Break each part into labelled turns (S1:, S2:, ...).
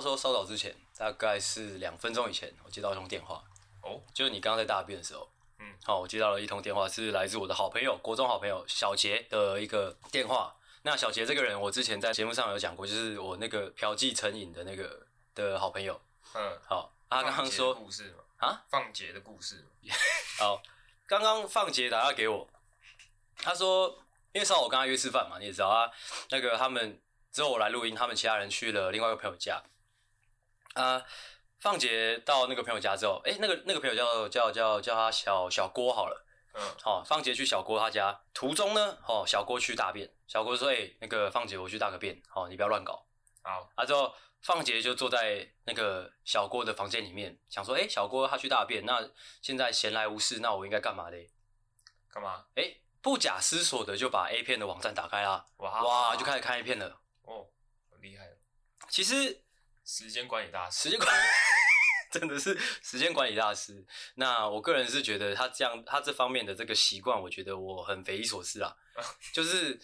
S1: 时候稍早之前，大概是两分钟以前，我接到一通电话，
S2: 哦，
S1: 就是你刚刚在大便的时候。
S2: 嗯，
S1: 好，我接到了一通电话，是来自我的好朋友，国中好朋友小杰的一个电话。那小杰这个人，我之前在节目上有讲过，就是我那个嫖妓成瘾的那个的好朋友。
S2: 嗯，
S1: 好，他刚
S2: 放
S1: 刚
S2: 劫
S1: 说
S2: 的故事嘛，
S1: 啊，
S2: 放劫的故事嘛，
S1: 好，刚刚放杰打电话给我，他说，因为上午我跟他约吃饭嘛，你也知道啊，那个他们之后我来录音，他们其他人去了另外一个朋友家，啊、放杰到那个朋友家之后，诶、那个那个朋友叫叫叫叫他小小郭好了。
S2: 嗯
S1: 哦，放杰去小郭他家途中呢，哦，小郭去大便，小郭说：“哎、那个放杰，我去大个便，哦，你不要乱搞。
S2: 好，”
S1: 啊，之后放杰就坐在那个小郭的房间里面，想说：“哎、小郭他去大便，那现在闲来无事，那我应该干嘛嘞
S2: 干嘛？？”
S1: 哎、不假思索的就把 A 片的网站打开啦，
S2: 哇
S1: 哇，就开始看 A 片了。
S2: 哦，很厉害，
S1: 其实
S2: 时间管理大师，
S1: 时间管 真的是时间管理大师。那我个人是觉得他这样，他这方面的这个习惯，我觉得我很匪夷所思啊。就是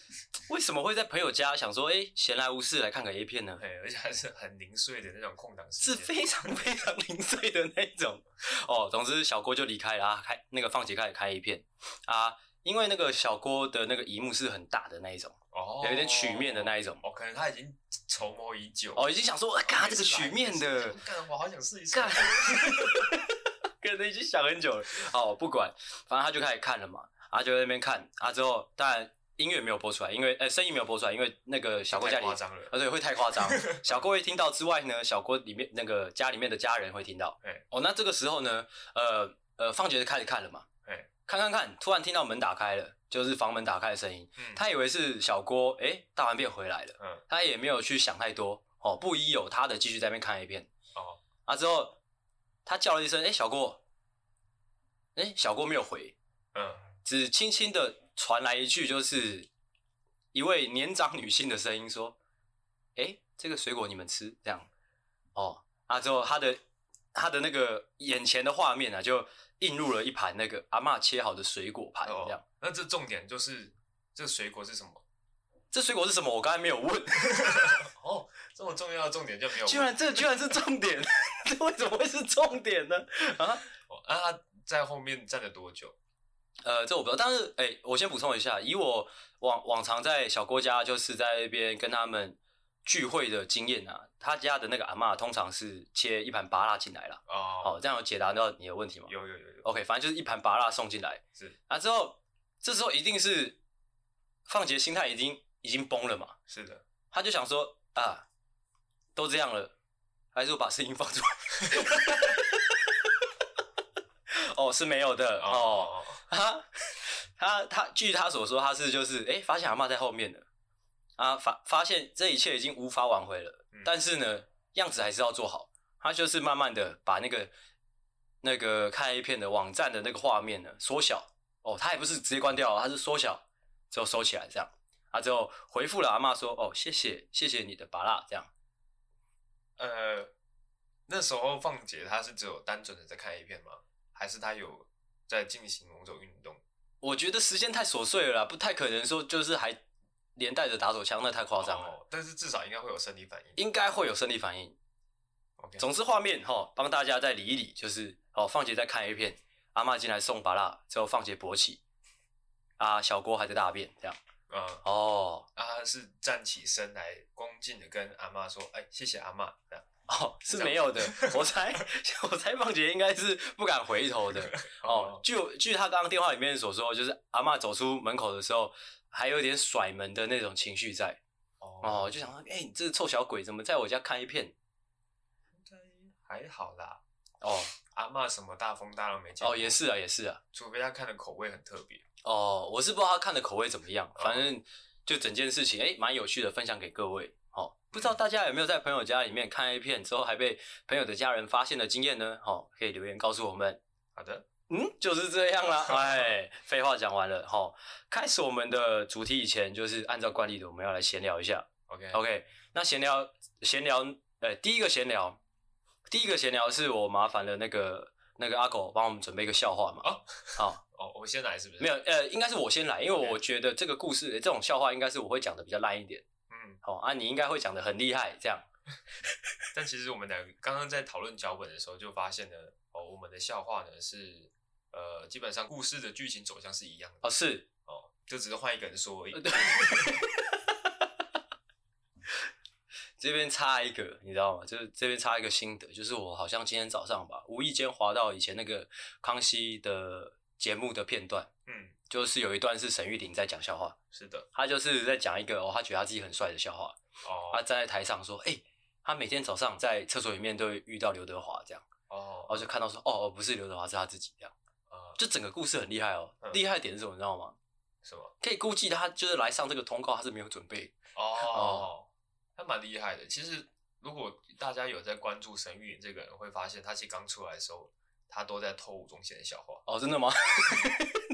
S1: 为什么会在朋友家想说，哎、闲来无事来看个 A 片呢？
S2: 嘿，而且还是很零碎的那种空档时
S1: 是
S2: 间，
S1: 非常非常零碎的那一种哦。总之，小郭就离开了啊，开那个放杰开始开 A 片啊，因为那个小郭的那个荧幕是很大的那一种，
S2: 哦，
S1: 有一点曲面的那一种。
S2: 哦，可能他已经筹谋已久，
S1: 哦，已经想说，啊嘎、
S2: 还
S1: 这
S2: 是
S1: 个曲
S2: 来
S1: 面的，
S2: 干，我好想试一试，
S1: 干，可能已经想很久了。好，不管，反正他就开始看了嘛，啊，就在那边看，啊，之后当然音乐没有播出来，因为呃声音没有播出来，因为那个小郭家
S2: 太
S1: 里，
S2: 夸
S1: 啊
S2: 张了，
S1: 对，会太夸张，小郭会听到之外呢，小郭里面那个家里面的家人会听到
S2: 哎。
S1: 哦，那这个时候呢，呃呃，放学开始看了嘛
S2: 哎，
S1: 看看看，突然听到门打开了，就是房门打开的声音，
S2: 嗯，
S1: 他以为是小郭，哎、大完便回来了，
S2: 嗯
S1: 他也没有去想太多，哦，不疑有他的，继续在那边看一遍。
S2: 哦，
S1: 啊，之后他叫了一声：“哎、小郭。哎，小郭没有回，
S2: 嗯，
S1: 只轻轻的传来一句，就是一位年长女性的声音说：“哎、这个水果你们吃？”这样哦，啊，之后他的他的那个眼前的画面啊，就映入了一盘那个阿嬷切好的水果盘，这样。
S2: 哦，那这重点就是这水果是什么？
S1: 这水果是什么？我刚才没有问，
S2: 哦，这么重要的重点就没有问，
S1: 居然这居然是重点， 这为什么会是重点呢？啊，
S2: 哦啊，他在后面站了多久？
S1: 呃，这我不知道，但是哎、我先补充一下，以我往往常在小郭家，就是在那边跟他们聚会的经验啊，他家的那个阿嬷通常是切一盘拔辣进来啦。
S2: 哦，
S1: 好，这样有解答到你的问题吗
S2: 有有有有，
S1: ？OK，反正就是一盘拔辣送进来，
S2: 是
S1: 啊之后，这时候一定是放杰心态已经已经崩了嘛，
S2: 是的，
S1: 他就想说啊，都这样了，还是我把声音放出来。 哦，是没有的哦
S2: 哦，
S1: 他 他他，据他所说，他是就是哎、诶发现阿嬷在后面了，啊，发发现这一切已经无法挽回了，
S2: 嗯
S1: 但是呢，样子还是要做好。他就是慢慢的把那个那个看 A 片的网站的那个画面呢缩小，哦，他也不是直接关掉，哦他是缩小之后收起来这样，啊，之后回复了阿嬷说，哦，谢谢谢谢你的拔蜡这样，
S2: 呃，那时候放姐她是只有单纯的在看 A 片吗？还是她有在进行某种运动？
S1: 我觉得时间太琐碎了啦，不太可能说就是还连带着打手枪，那太夸张了，
S2: 哦，但是至少应该会有生理反应。
S1: 应该会有生理反应。
S2: OK，
S1: 总之画面哈，哦帮大家再理一理，就是哦，放杰在看 A 片，阿嬷进来送拔蜡，之后放杰勃起，啊，小郭还在大便，这样
S2: 呃，
S1: 哦
S2: 啊是站起身来，恭敬的跟阿妈说：“哎，谢谢阿妈。”这样
S1: 哦是没有的，我猜 我猜放杰应该是不敢回头的哦。，据我据他刚刚电话里面所说，就是阿嬷走出门口的时候，还有点甩门的那种情绪在
S2: 哦，
S1: 哦，就想说，哎、你这臭小鬼怎么在我家看 A 片？
S2: 应该还好啦。
S1: 哦
S2: 阿妈什么大风大浪没见过
S1: 哦，也，是啊，也是啊。
S2: 除非她看的口味很特别。
S1: 哦，我是不知道他看的口味怎么样，反正就整件事情，哎、蛮有趣的，分享给各位。哦，不知道大家有没有在朋友家里面看 A 片之后，还被朋友的家人发现的经验呢？哦，可以留言告诉我们。
S2: 好的，
S1: 嗯，就是这样啦。哎，废话讲完了。哦，开始我们的主题以前，就是按照惯例的，我们要来闲聊一下。
S2: OK，
S1: OK，那闲聊闲聊，呃，第一个闲聊，第一个闲聊是我麻烦了那个那个阿狗帮我们准备一个笑话嘛。
S2: 哦，
S1: 好、
S2: 哦，我先来是不是？
S1: 没
S2: 有，
S1: 有，呃，应该是我先来，因为
S2: OK
S1: 我觉得这个故事、这种笑话应该是我会讲的比较烂一点。
S2: 嗯，
S1: 好、啊，你应该会讲的很厉害，这样。
S2: 但其实我们两个刚刚在讨论脚本的时候，就发现呢，哦，我们的笑话呢是，呃，基本上故事的剧情走向是一样的，
S1: 哦，是，
S2: 哦，就只是换一个人说而
S1: 呃
S2: 已。
S1: 这边插一个，你知道吗？就是这边插一个心得，就是我好像今天早上吧，无意间滑到以前那个康熙的节目的片段，
S2: 嗯，
S1: 就是有一段是沈玉琳在讲笑话，
S2: 是的，
S1: 她就是在讲一个哦，她觉得她自己很帅的笑话，她
S2: 哦，
S1: 站在台上说，哎、她每天早上在厕所里面都会遇到刘德华这样，然后
S2: 哦，
S1: 就看到说，哦，哦不是刘德华，是他自己这样，
S2: 啊，
S1: 就整个故事很厉害哦，
S2: 嗯
S1: 厉害点是什么，你知道吗？
S2: 什么？
S1: 可以估计他就是来上这个通告，他是没有准备的，
S2: 哦，他蛮厉害的。其实如果大家有在关注沈玉琳这个人，会发现他其实刚出来的时候，他都在偷吴宗宪的笑话，
S1: 哦，真的吗？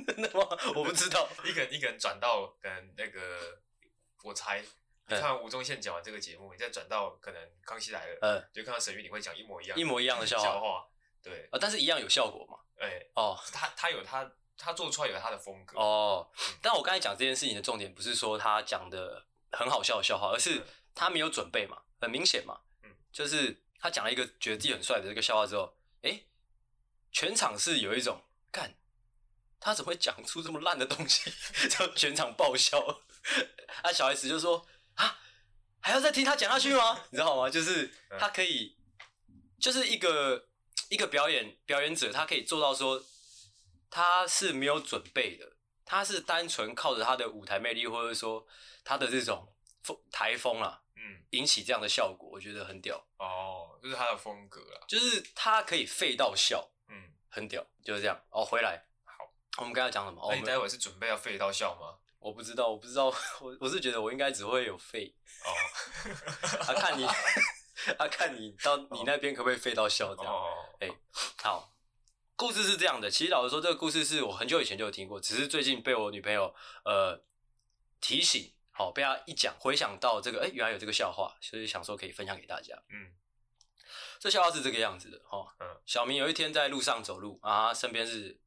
S1: 真的吗？我不知道。
S2: 一个人一个人转到可能那个，我猜。你
S1: 嗯
S2: 看完吴宗宪讲完这个节目，你再转到可能《康熙来了》，
S1: 呃，
S2: 就看到沈玉琳会讲一模一样
S1: 一模一样的笑
S2: 笑
S1: 话
S2: 对，
S1: 啊，但是一样有效果嘛？
S2: 哎、
S1: 哦
S2: 他他有他他做出来有他的风格。嗯
S1: 哦，但我刚才讲这件事情的重点不是说他讲的很好笑的笑话，而是他没有准备嘛，很明显嘛。
S2: 嗯
S1: 就是他讲了一个觉得自己很帅的这个笑话之后，诶、全场是有一种干，他怎么会讲出这么烂的东西， 就全场爆笑。啊，小 S 就说啊，还要再听他讲下去吗？ 你知道吗？就是
S2: 嗯
S1: 他可以，就是一个一个表演表演者，他可以做到说他是没有准备的，他是单纯靠着他的舞台魅力，或者说他的这种风台风啊，
S2: 嗯，
S1: 引起这样的效果，我觉得很屌。
S2: 哦，就是他的风格啦。
S1: 就是他可以废到笑，
S2: 嗯，
S1: 很屌，就是这样。哦，回来，
S2: 好，哎
S1: 我们刚才讲什么？哦，
S2: 那
S1: 我
S2: 你
S1: 们
S2: 待会是准备要废到笑吗？
S1: 我不知道，我不知道，我我是觉得我应该只会有废。
S2: 哦，
S1: 啊，看你，啊，看你到你那边可不可以废到 笑这样。
S2: 哦，
S1: 好，故事是这样的。其实老实说，这个故事是我很久以前就有听过，只是最近被我女朋友呃提醒，好、被她一讲，回想到这个，哎、原来有这个笑话，所以想说可以分享给大家。
S2: 嗯，
S1: 这笑话是这个样子的，哈、
S2: 嗯
S1: 小明有一天在路上走路啊，身边是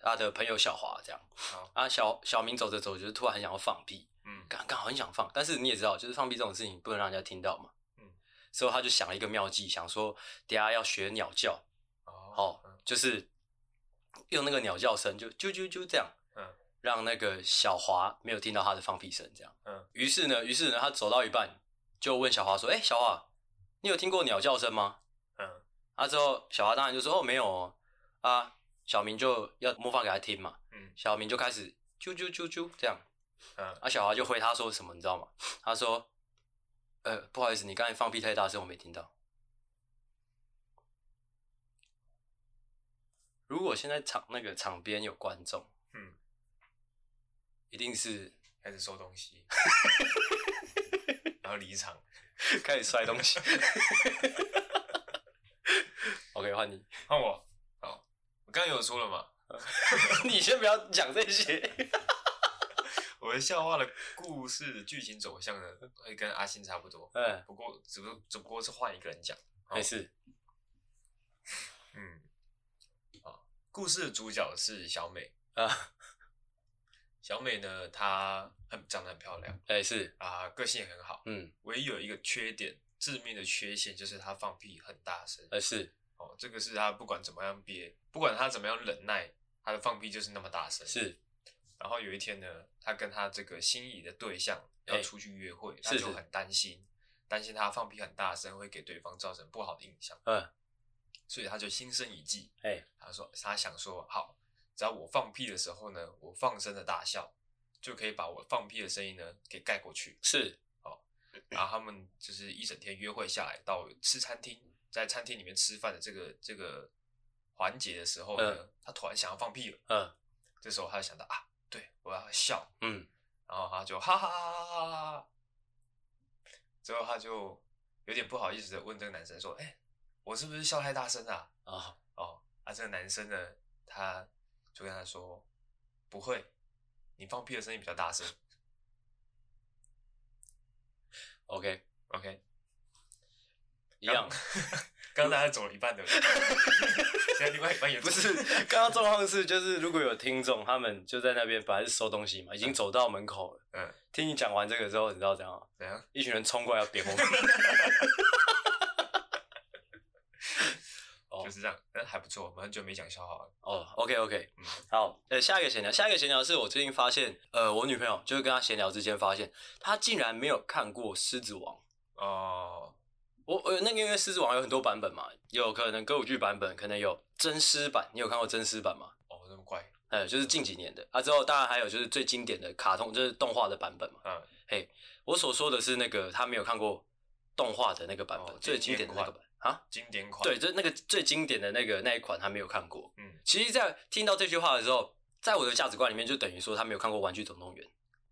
S1: 他的朋友小华，这样
S2: 好，
S1: 啊，小小明走着走着，就是突然很想要放屁，
S2: 嗯，
S1: 刚刚好很想放，但是你也知道，就是放屁这种事情不能让人家听到嘛。
S2: 嗯
S1: 所以他就想了一个妙计，想说等一下要学鸟叫，
S2: 哦
S1: 哦，，就是用那个鸟叫声，就啾啾啾这样，
S2: 嗯，
S1: 让那个小华没有听到他的放屁声，这样。
S2: 嗯，
S1: 于是呢，于是呢，他走到一半就问小华说：“哎、小华，你有听过鸟叫声吗
S2: 嗯，？”
S1: 啊，之后小华当然就说：“哦，没有哦。”啊，小明就要模仿给他听嘛。
S2: 嗯，
S1: 小明就开始啾啾啾啾这样。
S2: 嗯，
S1: 啊，小华就回他说什么，你知道吗？他说：“呃，不好意思，你刚才放屁太大声，我没听到。”如果现在场那个场边有观众，
S2: 嗯，
S1: 一定是
S2: 开始收东西， 然后离场。
S1: 开始摔东西。OK，换你，
S2: 换我，好，我刚刚有说了嘛，
S1: 你先不要讲 这些。
S2: 我的笑话的故事的剧情走向呢，会跟阿信差不多，
S1: 嗯，
S2: 不过只不只不过是换一个人讲。
S1: 没事。
S2: 嗯，啊，故事的主角是小美，
S1: 啊，
S2: 小美呢，她很长得很漂亮
S1: 没事。
S2: 啊，个性也很好，
S1: 哎嗯，
S2: 唯一有一个缺点，致命的缺陷就是她放屁很大声。
S1: 没事。
S2: 哦，这个是她不管怎么样憋，不管她怎么样忍耐，她的放屁就是那么大声。
S1: 是
S2: 然后有一天呢，她跟她这个心仪的对象要
S1: 哎
S2: 出去约会，
S1: 是
S2: 她就是很担心，担心她放屁很大声会给对方造成不好的印象，
S1: 嗯，
S2: 所以她就心生一计，
S1: 哎、
S2: 她说她想说，好，只要我放屁的时候呢，我放声的大笑，就可以把我放屁的声音呢给盖过去。
S1: 是
S2: 然后他们就是一整天约会下来，到吃餐厅，在餐厅里面吃饭的这个这个环节的时候呢，她突然想要放屁了，
S1: 嗯
S2: 这时候她就想到啊，对我要笑。
S1: 嗯，
S2: 然后他就哈哈哈哈哈哈哈，之后他就有点不好意思的问这个男生说：“哎、我是不是笑太大声啊
S1: 啊、？”
S2: 哦，啊，这个男生呢，他就跟他说：“不会，你放屁的声音比较大 声。
S1: o k
S2: ”OK，
S1: 一样。
S2: 刚刚大家走了一半的，现在另外一半也
S1: 不是，刚刚状况是就是如果有听众，他们就在那边本来是收东西嘛，已经走到门口了。
S2: 嗯，
S1: 听你讲完这个之后，你知道怎样吗？
S2: 怎样？
S1: 一群人冲过来要点我们。哦
S2: 就是这样，但还不错，我们很久没讲笑话了。
S1: 哦，OK OK，
S2: 嗯
S1: 好，呃，下一个闲聊，下一个闲聊是我最近发现，呃，我女朋友就是跟她闲聊之间发现，她竟然没有看过《狮子王》。
S2: 哦，
S1: 我呃，那个因为《狮子王》有很多版本嘛，有可能歌舞剧版本，可能有真狮版，你有看过真狮版吗？
S2: 哦，那么快，
S1: 呃，就是近几年的啊，之后当然还有就是最经典的卡通，就是动画的版本嘛。
S2: 嗯，
S1: 我所说的是那个他没有看过动画的那个版本，
S2: 哦
S1: 最经典的那个版啊，
S2: 经典款。
S1: 对，，就是那个最经典的那个那一款他没有看过。
S2: 嗯，
S1: 其实，在听到这句话的时候，在我的价值观里面，就等于说他没有看过《玩具总动员》。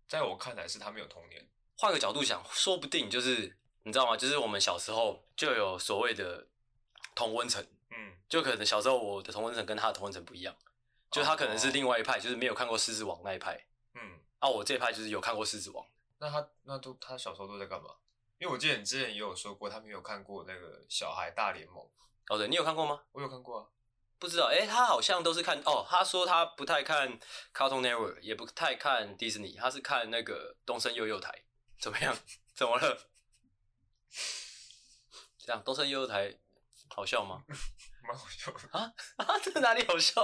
S2: 在我看来是他没有童年。
S1: 换个角度想，说不定就是你知道吗？就是我们小时候就有所谓的同温层，
S2: 嗯，
S1: 就可能小时候我的同温层跟他的同温层不一样，就他可能
S2: 哦
S1: 是另外一派，就是没有看过《狮子王》那一派
S2: 嗯，
S1: 啊，我这一派就是有看过《狮子王》。
S2: 那他那都他小时候都在干嘛？因为我记得你之前也有说过，他没有看过那个《小孩大联盟》，
S1: 哦，对你有看过吗？
S2: 我有看过啊。
S1: 不知道，哎、他好像都是看哦。他说他不太看 Cartoon Network，也不太看 Disney，他是看那个东森幼幼台。怎么样？怎么了？这样东森幼幼台好 笑吗？
S2: 蛮好笑的，
S1: 啊，这哪里好笑？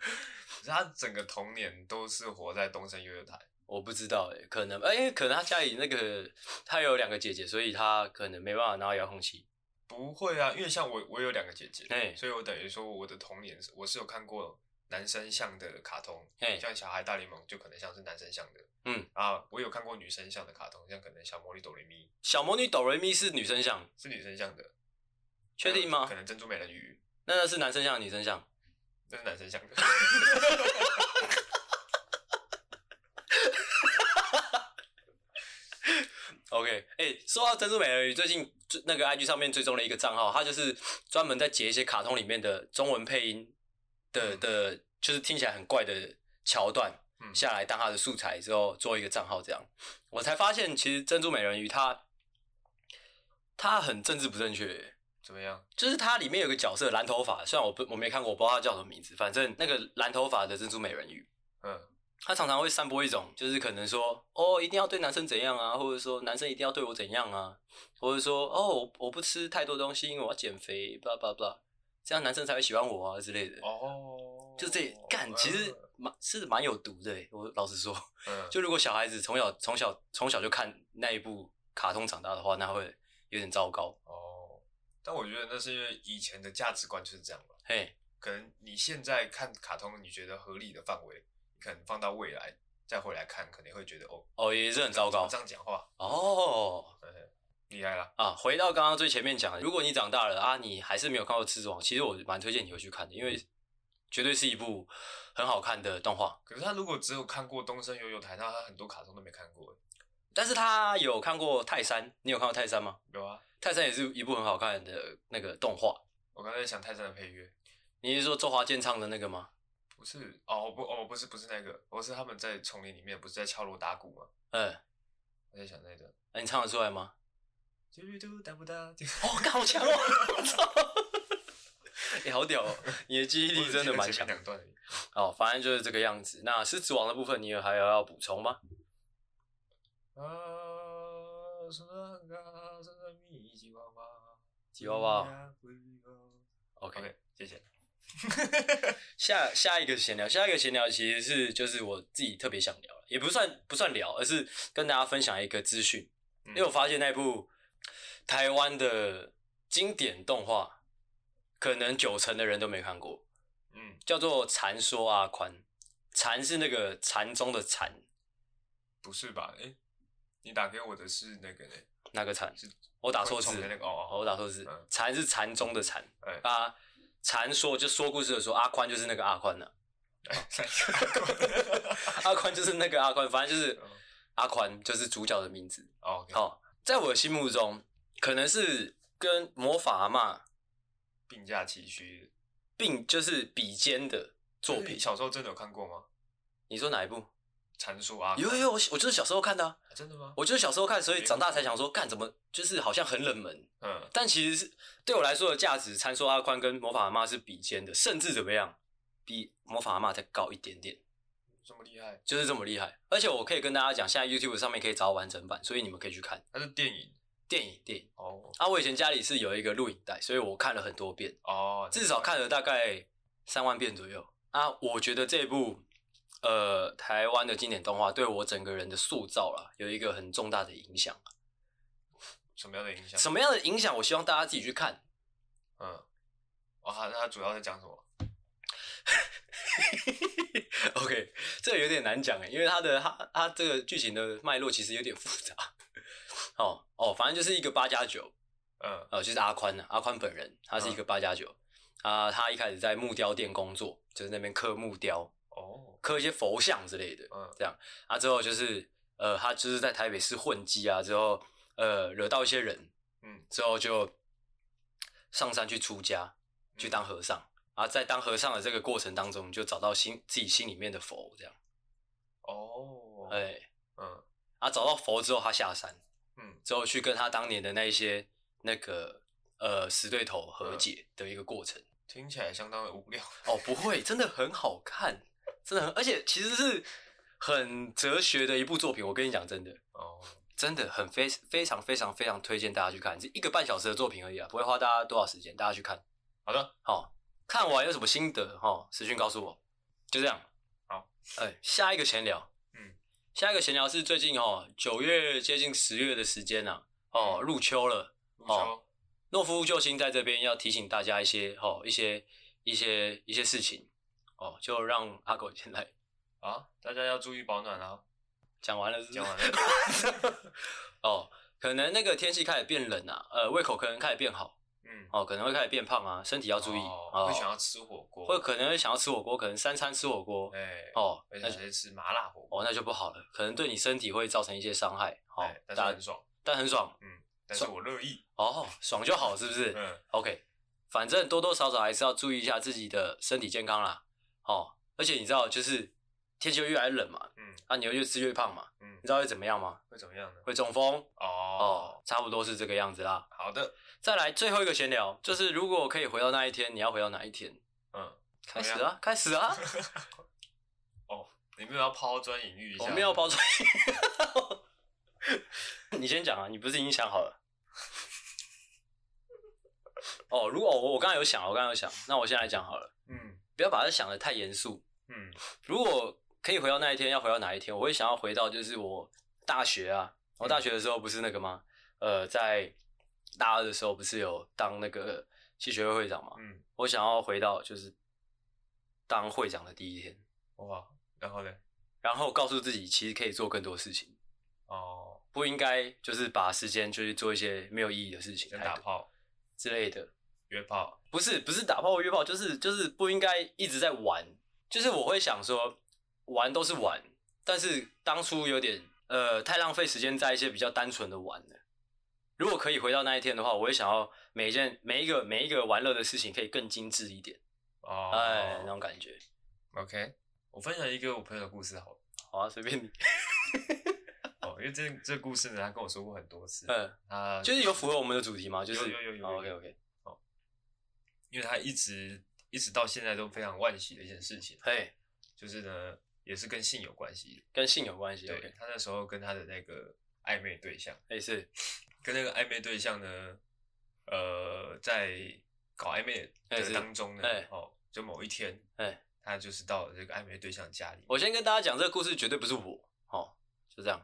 S2: 可是他整个童年都是活在东森幼儿台。
S1: 我不知道哎、可能哎、因为可能他家里那个他有两个姐姐，所以他可能没办法拿到遥控器。
S2: 不会啊，因为像我，我有两个姐姐，
S1: 哎
S2: 所以我等于说我的童年是我是有看过男生像的卡通，
S1: 哎
S2: 像《小孩大联盟》就可能像是男生像的，
S1: 嗯
S2: 啊，我有看过女生像的卡通，像可能小魔女哆瑞咪
S1: 小魔女哆瑞咪是女生像，
S2: 是女生像的，
S1: 确定
S2: 还有
S1: 吗
S2: 嗯可？能珍珠美人鱼
S1: 那那是男生像，女生像。
S2: 那是男生像的，
S1: OK，哎、说到珍珠美人鱼，最近最那个 IG 上面追踪了一个账号，它就是专门在截一些卡通里面的中文配音的
S2: 嗯
S1: 的，就是听起来很怪的桥段
S2: 嗯，
S1: 下来当它的素材之后做一个账号，这样我才发现其实珍珠美人鱼它它很政治不正确，
S2: 怎么样？
S1: 就是它里面有个角色蓝头发，虽然我不我没看过，我不知道它叫什么名字，反正那个蓝头发的珍珠美人鱼，
S2: 嗯，
S1: 他常常会散播一种，就是可能说，哦，一定要对男生怎样啊，或者说男生一定要对我怎样啊，或者说，哦，我我不吃太多东西，因为我要减肥，blah blah blah，这样男生才会喜欢我啊之类的。
S2: 哦，
S1: 就这干，其实蛮是蛮有毒的欸。我老实说，
S2: 嗯，
S1: 就如果小孩子从小从小从小就看那一部卡通长大的话，那会有点糟糕。
S2: 哦，但我觉得那是因为以前的价值观就是这样吧。
S1: 嘿，
S2: 可能你现在看卡通，你觉得合理的范围，你可能放到未来再回来看，可能会觉得哦，
S1: 哦，也是很糟糕
S2: 这样讲话，
S1: 哦。
S2: 嗯，厉害了，
S1: 啊，回到刚刚最前面讲的，如果你长大了啊，你还是没有看过《狮子王》，其实我蛮推荐你回去看的，因为绝对是一部很好看的动画。
S2: 可是他如果只有看过东森悠悠台，那他很多卡通都没看过。
S1: 但是他有看过《泰山》，你有看过《泰山》吗？
S2: 有啊，
S1: 《泰山》也是一部很好看的那个动画。
S2: 我刚才在想泰山的配乐，
S1: 你是说周华健唱的那个吗？
S2: 不是哦，不哦，不是不是那个，我是他们在丛林里面不是在敲锣打鼓吗？
S1: 嗯，
S2: 我在想那个。
S1: 那你唱得出来吗？
S2: 嘟嘟嘟哒不哒，
S1: 哦，干好强哦！我操！ 你、好屌哦！你的记忆力真的蛮
S2: 我
S1: 强
S2: 只记得前面。两段而已，
S1: 哦，反正就是这个样子。那《狮子王》的部分，你有还有要补充吗？呃
S2: 啊，是那个是那米吉娃娃，
S1: 吉娃娃？OK，
S2: OK，谢谢。
S1: 下下一个闲聊，下一个闲聊其实是就是我自己特别想聊，也不算不算聊，而是跟大家分享一个资讯，
S2: 嗯
S1: 因为我发现那部台湾的经典动画，可能九成的人都没看过，
S2: 嗯，
S1: 叫做《禅说阿宽》，禅是那个禅宗的禅，
S2: 不是吧？诶，你打给我的是那个呢？
S1: 那个禅
S2: 是，
S1: 我打错字
S2: 虫的那
S1: 了，
S2: 个哦
S1: 哦我
S2: 哦，
S1: 打错字
S2: 嗯，
S1: 禅是禅宗的禅
S2: 哎
S1: 啊，禅说就说故事的说，阿宽就是那个阿宽了、
S2: 哎
S1: 阿宽就是那个阿宽，反正就是
S2: 嗯
S1: 阿宽就是主角的名字。
S2: 哦，
S1: 好、在我的心目中，可能是跟魔法阿嬷
S2: 并驾齐驱
S1: 并就是比肩的作
S2: 你
S1: 品。
S2: 哎小时候真的有看过吗？
S1: 你说哪一部？
S2: 阐述啊？哎
S1: 有有有，我我就是小时候看的、啊，
S2: 啊真的吗？
S1: 我就是小时候看，所以长大才想说，干怎么就是好像很冷门，
S2: 嗯，
S1: 但其实是对我来说的价值，参说阿宽跟魔法阿妈是比肩的，甚至怎么样，比魔法阿妈再高一点点，
S2: 这么厉害，
S1: 就是这么厉害。而且我可以跟大家讲，现在 YouTube 上面可以找到完整版，所以你们可以去看
S2: 它是电影
S1: 电影电影。
S2: 哦
S1: 啊，我以前家里是有一个录影带，所以我看了很多遍，
S2: 哦，
S1: 至少看了大概三万遍左右。啊，我觉得这一部呃台湾的经典动画对我整个人的塑造啦，有一个很重大的影响。
S2: 什么样的影响？
S1: 什么样的影响？我希望大家自己去看。
S2: 嗯，哦，它那它主要在讲什么？
S1: OK，这个有点难讲诶，欸因为它的它它这个剧情的脉络其实有点复杂。哦哦，反正就是一个八加九，
S2: 嗯
S1: 呃，就是阿宽啊，阿宽本人，他是一个八加九啊，他一开始在木雕店工作，就是那边刻木雕，
S2: 哦
S1: 刻一些佛像之类的
S2: 嗯
S1: 啊。之后就是呃，他就是在台北市混迹啊，之后呃惹到一些人，
S2: 嗯
S1: 之后就上山去出家，去
S2: 嗯
S1: 当和尚。啊，在当和尚的这个过程当中，就找到心自己心里面的佛，这样，
S2: 哦
S1: 哎、
S2: 嗯
S1: 啊，找到佛之后，他下山，
S2: 嗯
S1: 之后去跟他当年的那一些那个呃死对头和解的一个过程。
S2: 听起来相当的无聊。
S1: 哦，不会，真的很好看，真的很，而且其实是很哲学的一部作品。我跟你讲，真的，
S2: 哦，
S1: 真的很非非常非常非常推荐大家去看，这一个半小时的作品而已啊，不会花大家多少时间，大家去看。
S2: 好的，
S1: 好、看完有什么心得？哈、哦，私讯告诉我。就这样。
S2: 好，
S1: 哎，下一个闲聊。
S2: 嗯，
S1: 下一个闲聊是最近哦，九月接近十月的时间啊，
S2: 嗯
S1: 哦，入秋了。
S2: 卢修
S1: 哦，诺夫救星在这边要提醒大家一些哦，一些一些一些事情哦，就让阿狗先来
S2: 啊，大家要注意保暖 啊！
S1: 讲完了是不是
S2: 讲完了，
S1: 哦，可能那个天气开始变冷啊，呃，胃口可能开始变好
S2: 嗯，
S1: 哦，可能会开始变胖啊，身体要注意
S2: 哦
S1: 哦，
S2: 会想要吃火锅，
S1: 会可能会想要吃火锅，可能三餐吃火锅
S2: 哎，
S1: 哦，
S2: 而
S1: 那
S2: 且还是吃麻辣火锅，
S1: 哦，那就不好了，可能对你身体会造成一些伤害。好、
S2: 哎，但是
S1: 哦大
S2: 很
S1: 家
S2: 爽，嗯
S1: 但很爽
S2: 但是我乐意，
S1: 哦，爽就好，是不是、
S2: 嗯，
S1: o k 反正多多少少还是要注意一下自己的身体健康啦。哦，而且你知道，就是天气会越来越冷嘛，
S2: 嗯，
S1: 啊，你又越吃越胖嘛，
S2: 嗯
S1: 你知道会怎么样吗？
S2: 会怎么样呢？
S1: 会中风
S2: 哦，
S1: 哦，差不多是这个样子啦。
S2: 好的，
S1: 再来最后一个闲聊，就是如果可以回到那一天，你要回到哪一天？
S2: 嗯，
S1: 开始
S2: 怎么
S1: 啊，开始 啊！
S2: 你们要抛砖引玉一下，
S1: 我没有包出来。 你先讲啊，你不是已经想好 了？哦，如果我我刚才有想，我刚才有想，那我现在来讲好了，
S2: 嗯
S1: 不要把它想的太严肃。
S2: 嗯
S1: 如果可以回到那一天，要回到哪一天？我会想要回到就是我大学啊，我大学的时候不是那个吗？呃，在大二的时候不是有当那个系学会会长嘛？
S2: 嗯，
S1: 我想要回到就是当会长的第一天，
S2: 哇，然后呢？
S1: 然后告诉自己其实可以做更多事情。
S2: 哦，
S1: 不应该就是把时间就是做一些没有意义的事情，
S2: 先打炮
S1: 之类的。
S2: 约炮，
S1: 不是不是打炮或约炮，就是就是不应该一直在玩。就是我会想说，玩都是玩，但是当初有点呃太浪费时间在一些比较单纯的玩了。如果可以回到那一天的话，我会想要每一件每一个每一个玩乐的事情可以更精致一点，
S2: 哦，
S1: 哎，那种感觉。
S2: OK，我分享一个我朋友的故事好了。
S1: 好啊，随便你，
S2: 哦，因为这这故事呢，他跟我说过很多次。
S1: 嗯，
S2: 他
S1: 就是有符合我们的主题吗？就是哦
S2: 有有有有
S1: o k OK，
S2: 因为他一直一直到现在都非常惋惜的一件事情，
S1: 嘿，
S2: 就是呢，也是跟性有关系。
S1: 跟性有关系
S2: 对
S1: ，OK，
S2: 他那时候跟他的那个暧昧对象，
S1: 类似，
S2: 跟那个暧昧对象呢，呃，在搞暧昧
S1: 哎是
S2: 的当中呢
S1: 哎，
S2: 哦，就某一天，
S1: 哎，
S2: 他就是到了这个暧昧对象家里，
S1: 我先跟大家讲，这个故事绝对不是我哦，就这样。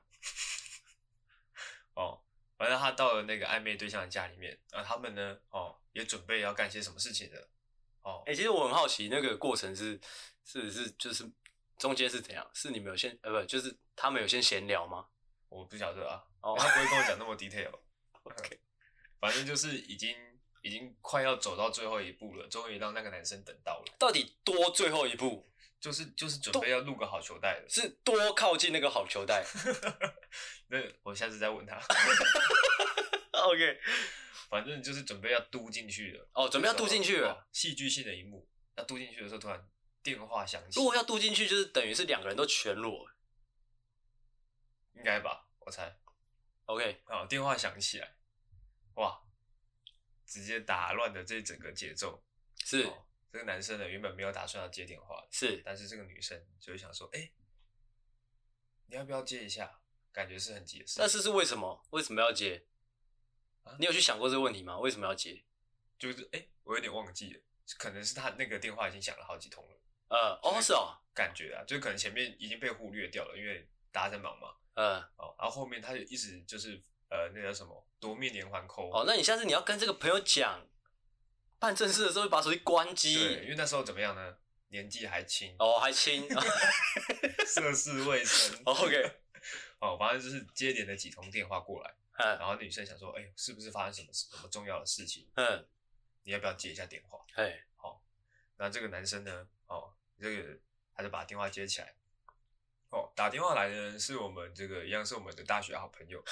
S2: 哦，反正他到了那个暧昧对象的家里面，然后他们呢，哦，也准备要干些什么事情了，哦，
S1: 哎、其实我很好奇，那个过程是是是就是中间是怎样？是你们有先呃不，就是他们有先闲聊吗？
S2: 我不晓得啊，
S1: 哦
S2: 他不会跟我讲那么 detail，
S1: ，OK，
S2: 反正就是已经已经快要走到最后一步了，终于让那个男生等到了，
S1: 到底多最后一步
S2: 就是就是准备要录个好球带了。
S1: 是多靠近那个好球 带
S2: 那我下次再问他，
S1: ？OK，
S2: 反正就是准备要嘟进去了，
S1: 哦，准备要渡进去了。
S2: 哦戏剧性的一幕，要嘟进去的时候，突然电话响起
S1: 如，果要渡进去，就是等于是两个人都全裸，
S2: 应该吧，我猜。
S1: OK，
S2: 啊，电话响起来，哇，直接打乱了这整个节奏。
S1: 是、
S2: 哦这个男生呢，原本没有打算要接电话的，
S1: 是，
S2: 但是这个女生就会想说，哎、你要不要接一下？感觉是很急的事，
S1: 但是是为什么？为什么要接
S2: 啊？
S1: 你有去想过这个问题吗？为什么要接？
S2: 就是哎、我有点忘记了，可能是他那个电话已经响了好几通了，
S1: 呃，哦，
S2: 就是
S1: 哦，
S2: 感觉啊，就可能前面已经被忽略掉了，因为大家在忙嘛。
S1: 呃，
S2: 哦，然后后面他就一直就是呃，那叫什么夺命连环扣。
S1: 哦，那你下次你要跟这个朋友讲，办正事的时候把手机关
S2: 对，因
S1: 机。
S2: 为那时候怎么样呢？年纪还轻，
S1: 哦，还亲。
S2: 涉世未深。
S1: 哦 OK，
S2: 哦，反正就是接连了几通电话过来，
S1: 嗯
S2: 然后那女生想说，哎、是不是发生什么事什么重要的事情？
S1: 嗯，哎
S2: 你要不要接一下电话？
S1: 嘿，
S2: 然后这个男生呢，哦，这个他就把电话接起来。哦，打电话来的人是我们这个一样是我们的大学好朋友，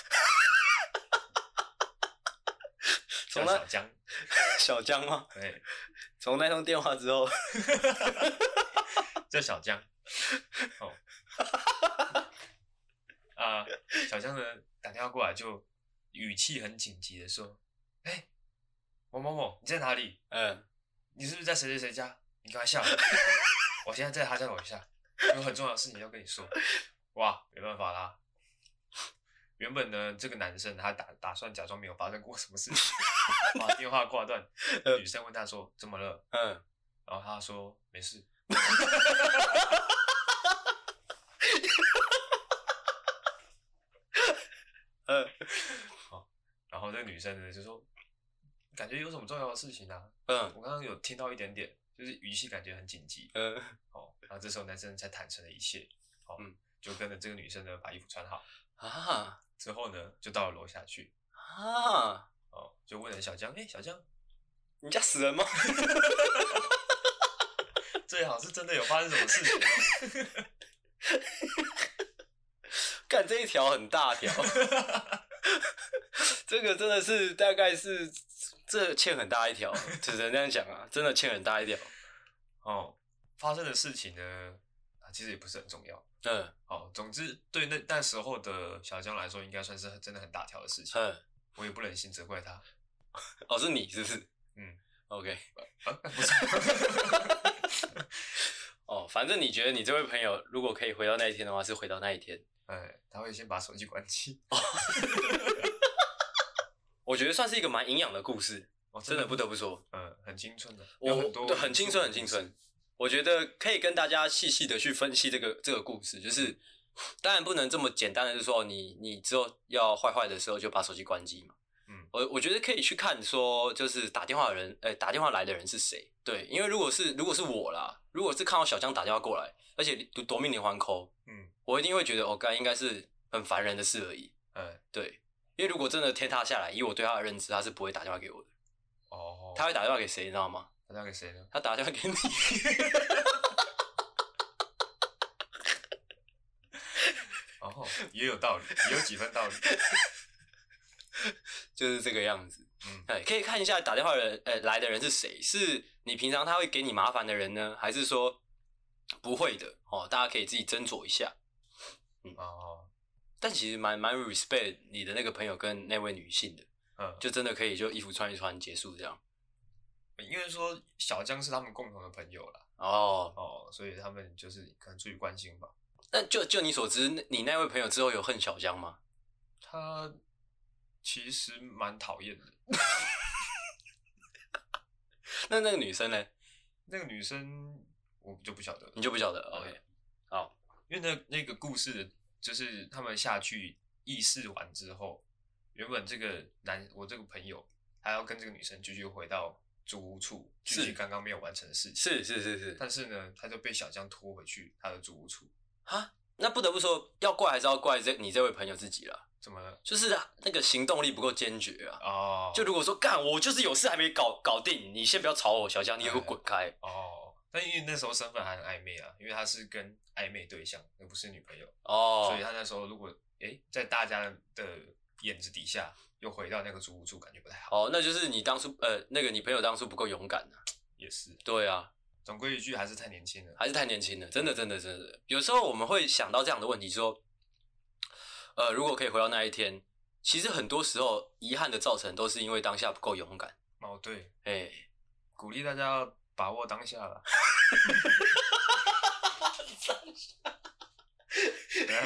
S1: 从
S2: 叫
S1: 那
S2: 小江。
S1: 小江吗？
S2: 哎，
S1: 从那通电话之后，
S2: 叫小江。哦，啊、小江呢打电话过来就语气很紧急的说：“哎、某某某，你在哪里？
S1: 嗯，
S2: 你是不是在谁谁谁家？你赶快下来，我现在在他家楼下，有很重要的事情要跟你说。”哇，没办法啦。原本呢，这个男生他打打算假装没有发生过什么事情，把电话挂断。女生问他说：“怎么了？”
S1: 嗯，
S2: 然后他说没事。
S1: 嗯，
S2: 然后这个女生呢就说：“感觉有什么重要的事情啊？
S1: 嗯，
S2: 我刚刚有听到一点点，就是语气感觉很紧急。
S1: 嗯，”
S2: 哦，然后这时候男生才坦诚了一切。哦，
S1: 嗯
S2: 就跟着这个女生呢把衣服穿好，
S1: 啊
S2: 之后呢就到了楼下去。
S1: 啊，
S2: 哦，就问了小江：“哎、小江，
S1: 你家死人吗？
S2: 最好是真的有发生什么事情吗？”
S1: 干这一条很大条， 这个真的是大概是这欠很大一条，只能这样讲啊，真的欠很大一条。
S2: 哦，发生的事情呢，啊，其实也不是很重要。
S1: 嗯
S2: 哦，总之对那那时候的小江来说，应该算是很真的很大条的事情。
S1: 嗯，
S2: 我也不忍心责怪他。
S1: 哦，是你是不是？
S2: 嗯
S1: ，OK，
S2: 啊，不是，
S1: 哦，反正你觉得你这位朋友如果可以回到那一天的话，是回到那一天。
S2: 哎，他会先把手机关机。
S1: 我觉得算是一个蛮营养的故事，
S2: 哦，
S1: 真的不得不说，
S2: 嗯，很青春的，
S1: 我
S2: 有很多
S1: 对很青春，很青春。我觉得可以跟大家细细的去分析这个这个故事，就是当然不能这么简单的就说你你之后要坏坏的时候就把手机关机嘛。
S2: 嗯，
S1: 我我觉得可以去看说，就是打电话的人，呃、打电话来的人是谁？对，因为如果是如果是我啦，如果是看到小江打电话过来，而且夺夺命连环扣，
S2: 嗯
S1: 我一定会觉得哦，干应该是很烦人的事而已。
S2: 嗯，
S1: 对，因为如果真的天塌下来，以我对他的认知，他是不会打电话给我的。
S2: 哦，
S1: 他会打电话给谁，你知道吗？
S2: 他打给谁呢？
S1: 他打电话给你。
S2: 哦，也有道理，也有几分道理。
S1: 就是这个样子。
S2: 嗯
S1: 哎，可以看一下打电话的人，呃，来的人是谁？是你平常他会给你麻烦的人呢，还是说不会的？哦，大家可以自己斟酌一下。
S2: 哦，
S1: 但其实蛮蛮 respect 你的那个朋友跟那位女性的，
S2: 嗯，
S1: 就真的可以就衣服穿一穿结束这样。
S2: 因为说小江是他们共同的朋友啦，
S1: 哦，
S2: 哦，所以他们就是可能出于关心吧。
S1: 那就就你所知，那你那位朋友之后有恨小江吗？
S2: 他其实蛮讨厌的，
S1: 那那个女生呢？
S2: 那个女生我就不晓得了，
S1: 你就不晓得。
S2: 嗯
S1: OK，好，
S2: 因为那那个故事就是他们下去议事完之后，原本这个男我这个朋友还要跟这个女生继续回到租屋处继
S1: 是
S2: 续刚刚没有完成的事情，
S1: 是是是是。
S2: 但是呢，他就被小江拖回去他的租屋处，
S1: 哈，那不得不说，要怪还是要怪这你这位朋友自己了，
S2: 怎么了？
S1: 就是啊那个行动力不够坚决啊。
S2: 哦，
S1: 就如果说干，我就是有事还没搞搞定，你先不要吵我，小江，你给我滚开。
S2: 哦，但因为那时候身份还很暧昧啊，因为他是跟暧昧对象，而不是女朋友，
S1: 哦
S2: 所以，他那时候如果诶、在大家的眼子底下又回到那个租屋处，感觉不太好。
S1: 哦，那就是你当初呃，那个你朋友当初不够勇敢、啊、
S2: 也是，
S1: 对啊，
S2: 总归一句还是太年轻了。
S1: 还是太年轻了，真的，真的，真的。有时候我们会想到这样的问题，说，呃，如果可以回到那一天，其实很多时候遗憾的造成都是因为当下不够勇敢。
S2: 哦，对，
S1: 哎、
S2: 鼓励大家要把握当下了。怎样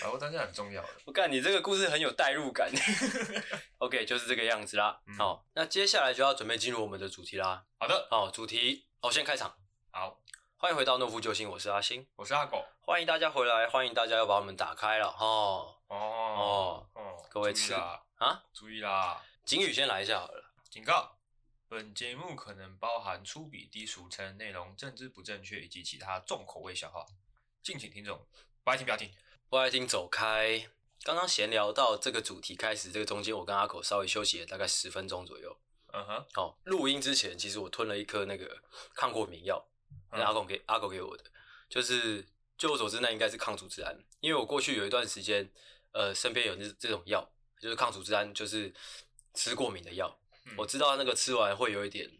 S2: 把握当下很重要的。
S1: 我看你这个故事很有代入感。OK，就是这个样子啦。
S2: 嗯
S1: 好，那接下来就要准备进入我们的主题啦。
S2: 好的，
S1: 好，主题，好，先开场。
S2: 好，
S1: 欢迎回到诺夫救星，我是阿星，
S2: 我是阿狗。
S1: 欢迎大家回来，欢迎大家又把我们打开了哦。
S2: 哦哦，
S1: 各位
S2: 注意
S1: 吃
S2: 啦
S1: 啊，
S2: 注意啦！
S1: 景宇先来一下好了。
S2: 警告：本节目可能包含粗鄙、低俗、成人内容、政治不正确以及其他重口味笑话，敬请听众不爱听不要听。
S1: 不爱听走开。刚刚闲聊到这个主题开始，这个中间我跟阿狗稍微休息了大概十分钟左右。
S2: 嗯哼，
S1: 哦，录音之前其实我吞了一颗那个抗过敏药，那阿
S2: 嗯
S1: 狗给阿狗给我的，就是据我所知，那应该是抗组织胺，因为我过去有一段时间，呃，身边有这这种药，就是抗组织胺，就是吃过敏的药，
S2: 嗯
S1: 我知道那个吃完会有一点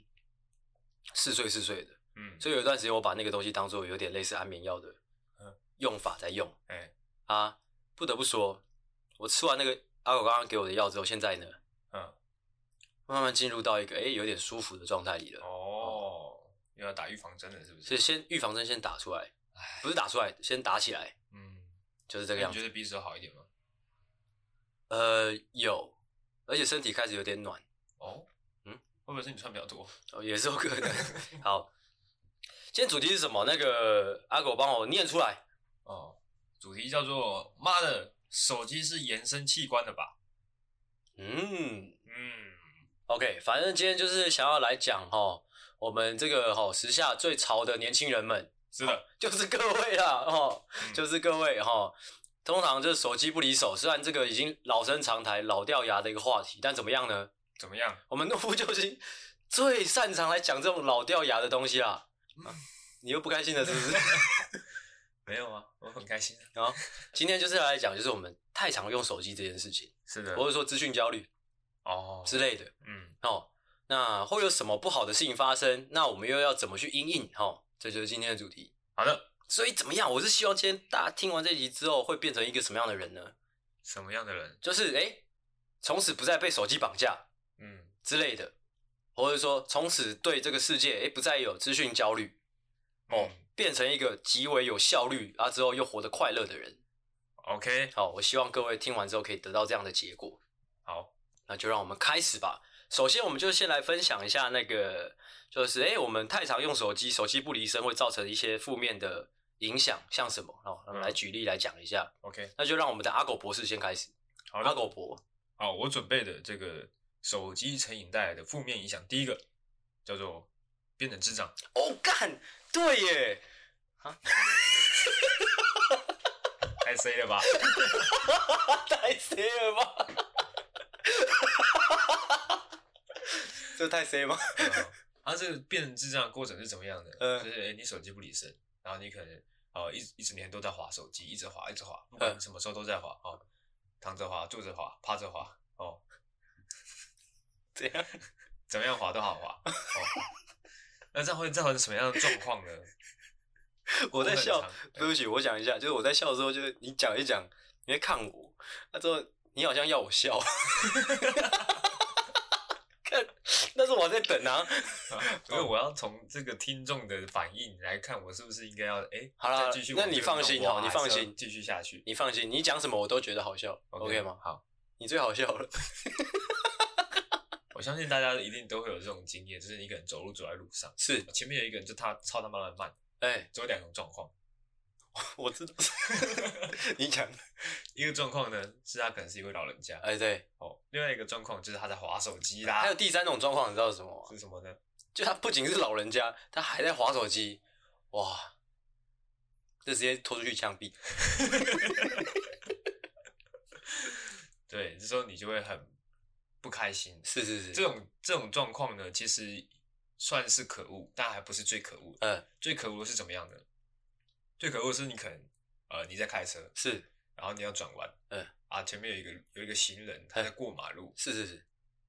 S1: 嗜睡嗜睡的，
S2: 嗯，
S1: 所以有一段时间我把那个东西当做有点类似安眠药的
S2: 嗯
S1: 用法在用。
S2: 哎，
S1: 啊，不得不说，我吃完那个阿狗刚刚给我的药之后，现在呢，
S2: 嗯，
S1: 慢慢进入到一个哎、诶有点舒服的状态里了。
S2: 呃哦，又要打预防针了，是不
S1: 所
S2: 是？
S1: 以先预防针先打出来，
S2: 哎，
S1: 不是打出来，先打起来，
S2: 嗯，
S1: 就是这个
S2: 那
S1: 样
S2: 你
S1: 子。
S2: 觉得鼻子有好一点吗？
S1: 呃，有，而且身体开始有点暖，
S2: 哦，
S1: 嗯，
S2: 会不会是你穿比较多？
S1: 哦，也是有可 能。好，今天主题是什么？那个阿狗帮我念出来。
S2: 哦，主题叫做“妈的，手机是延伸器官的吧
S1: 嗯，”。
S2: 嗯，
S1: OK，反正今天就是想要来讲哈，我们这个哈时下最潮的年轻人们，
S2: 是的，
S1: 就是各位啦哦，
S2: 嗯
S1: 就是各位哈。通常就是手机不离手，虽然这个已经老生常谈、老掉牙的一个话题，但怎么样呢？
S2: 怎么样？
S1: 我们诺夫救星最擅长来讲这种老掉牙的东西啦。
S2: 嗯
S1: 啊你又不开心了是不是？
S2: 没有啊，我很开心。
S1: 然后今天就是要来讲，就是我们太常用手机这件事情，
S2: 是的
S1: 或者说资讯焦虑
S2: 哦，
S1: 之类的
S2: 嗯，
S1: 哦。那会有什么不好的事情发生？那我们又要怎么去应应？哦，这就是今天的主题。
S2: 好的。
S1: 所以怎么样？我是希望今天大家听完这集之后，会变成一个什么样的人呢？
S2: 什么样的人？
S1: 就是诶，从此不再被手机绑架
S2: 嗯，
S1: 之类的，或者说从此对这个世界诶不再有资讯焦虑，
S2: 哦
S1: 变成一个极为有效率啊之后又活得快乐的人。
S2: ，OK，
S1: 好，我希望各位听完之后可以得到这样的结果。
S2: 好，
S1: 那就让我们开始吧。首先，我们就先来分享一下那个，就是诶，我们太常用手机，手机不离身会造成一些负面的影响，像什么？哦，我们来举例来讲一下。
S2: ，OK，
S1: 那就让我们的阿狗博士先开始。
S2: 好
S1: 阿
S2: 的，
S1: 狗博，
S2: 好，我准备的这个手机成瘾带来的负面影响，第一个叫做变成智障，
S1: 哦干，对耶，
S2: 太 C 了吧？
S1: 太 C 了吧？ 这太 C 吗？
S2: 嗯它这个变成智障的过程是怎么样的？
S1: 嗯
S2: 就是、诶你手机不离身，然后你可能哦、一一整天都在划手机，一直划一直划，不管
S1: 嗯
S2: 你什么时候都在划哦，躺着划、坐着划、趴着划哦，
S1: 怎样？
S2: 怎么样划都好划。 哦那这样会造成什么样的状况呢？
S1: 我在
S2: 很
S1: 笑
S2: 常，
S1: 对不起，我讲一下，就是我在笑的时候，就是你讲一讲，你会看我，那之后你好像要我笑， 看，但是我还在等啊。
S2: 所以我要从这个听众的反应来看，我是不是应该要哎，
S1: 好啦
S2: 再继续
S1: 那
S2: 往
S1: 你
S2: 这个
S1: 放
S2: 动
S1: 心
S2: 画
S1: 好你
S2: 还是
S1: 放
S2: 要
S1: 心
S2: 继续下去
S1: 你放心，你讲什么我都觉得好笑，OK 吗？？
S2: 好，
S1: 你最好笑了，
S2: 我相信大家一定都会有这种经验，就是一个人走路走在路上，
S1: 是，
S2: 前面有一个人就他超他妈的慢，
S1: 哎、
S2: 只有两种状况，
S1: 我知道， 你讲，
S2: 一个状况呢是他可能是一位老人家
S1: 哎、对，
S2: 哦，另外一个状况就是啊他在划手机
S1: 还有
S2: 啦，
S1: 第三种状况，你知道是什么吗？
S2: 是什么呢？
S1: 就他不仅是老人家，他还在划手机，哇，这直接拖出去枪毙。
S2: 对，这时候你就会很不开心。
S1: 是是
S2: 这
S1: 是，
S2: 种这种状况呢，其实算是可恶，但还不是最可恶的。
S1: 嗯，
S2: 最可恶的是怎么样的？最可恶的是你可能呃你在开车，
S1: 是
S2: 然后你要转弯，
S1: 嗯
S2: 啊前面有一个有一个行人他在过马路，
S1: 是是是，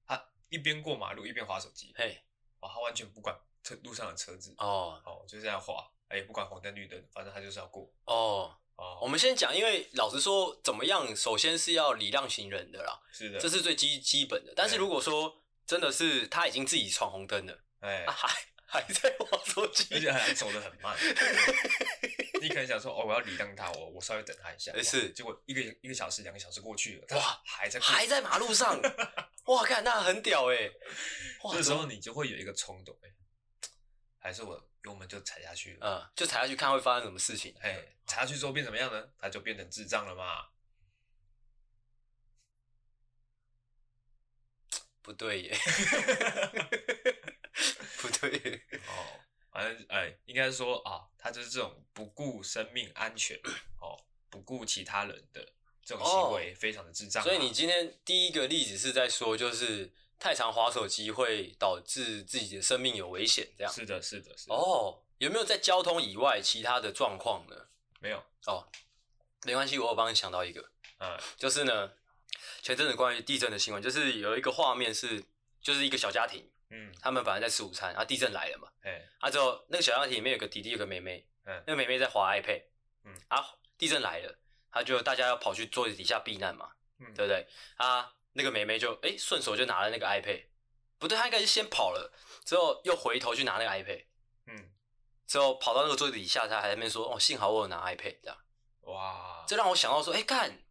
S2: 他一边过马路一边划手机，
S1: 嘿，
S2: 哇他完全不管车路上的车子，
S1: 哦
S2: 哦就这样划，哎、不管红灯绿灯，反正他就是要过。
S1: 哦，我
S2: 哦，
S1: 们先讲，因为老实说，怎么样，首先是要礼让行人的啦，
S2: 是的，
S1: 这是最基基本的。但是
S2: 啊对啊
S1: 如果说真的是他已经自己闯红灯了，
S2: 哎
S1: 啊、，还还在玩手
S2: 而
S1: 机，
S2: 且还走得很 慢。对你可能想说，哦，我要礼让他，我我稍微等他一下。
S1: 哎是
S2: 结果一个一个小时、两个小时过去了，他
S1: 哇
S2: 还在过
S1: 还在马 路上，哇，看那很屌哎、哇，
S2: 这时
S1: 怎么
S2: 候你就会有一个冲动，哎，还是我油门就踩下去了。
S1: 嗯，就踩下去看会发生什么事情。
S2: 哎、踩下去之后变怎么样呢？他就变成智障了 嘛？
S1: 不对 耶，不对耶，
S2: 哦，反正哎、应该说啊，他就是这种不顾生命安全，哦，不顾其他人的这种行为，非常的智障啊、
S1: 哦所以你今天第一个例子是在说，就是太常滑手机会导致自己的生命有危险，这样。
S2: 是的，是的，是的，
S1: 哦，有没有在交通以外其他的状况呢？
S2: 没有，
S1: 哦，没关系，我有帮你想到一个，
S2: 嗯，
S1: 就是呢，前阵子关于地震的新闻，就是有一个画面是，就是一个小家庭，
S2: 嗯，
S1: 他们本来在吃午餐，啊，地震来了嘛，
S2: 哎、
S1: 啊之后那个小家庭里面有个弟弟，有个妹妹，
S2: 嗯
S1: 那个妹妹在滑 iPad，
S2: 嗯
S1: 啊，地震来了，他就大家要跑去桌子底下避难嘛，
S2: 嗯，
S1: 对不对？啊，那个妹妹就哎顺、手就拿了那个 iPad，不对，她应该是先跑了，之后又回头去拿那个 iPad，
S2: 嗯，
S1: 之后跑到那个桌子底下，她还在那边说哦，幸好我有拿 iPad 这样，
S2: 哇，
S1: 这让我想到说，哎、干，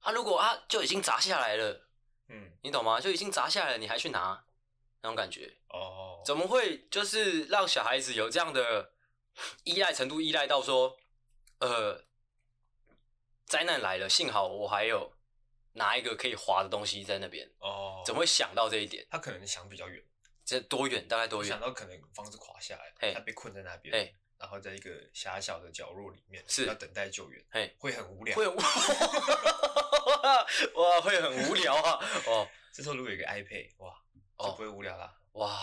S1: 啊如果啊就已经砸下来了，
S2: 嗯，
S1: 你懂吗？就已经砸下来了，你还去拿，那种感觉，
S2: 哦，
S1: 怎么会就是让小孩子有这样的依赖程度，依赖到说，呃，灾难来了，幸好我还有拿一个可以滑的东西在那边。
S2: 哦，
S1: 怎么会想到这一点？
S2: 他可能想比较远，
S1: 这多远？大概多
S2: 我想
S1: 远？
S2: 到可能房子垮下来，
S1: 嘿
S2: 他被困在那边，
S1: 哎
S2: 然后在一个狭小的角落里面，
S1: 是
S2: 要等待救援，
S1: 嘿
S2: 会很无聊。
S1: 会 很哇，会很无聊啊！哦
S2: 这时候如果有一个 iPad，哇，
S1: 哦
S2: 就不会无聊啦。
S1: 哇，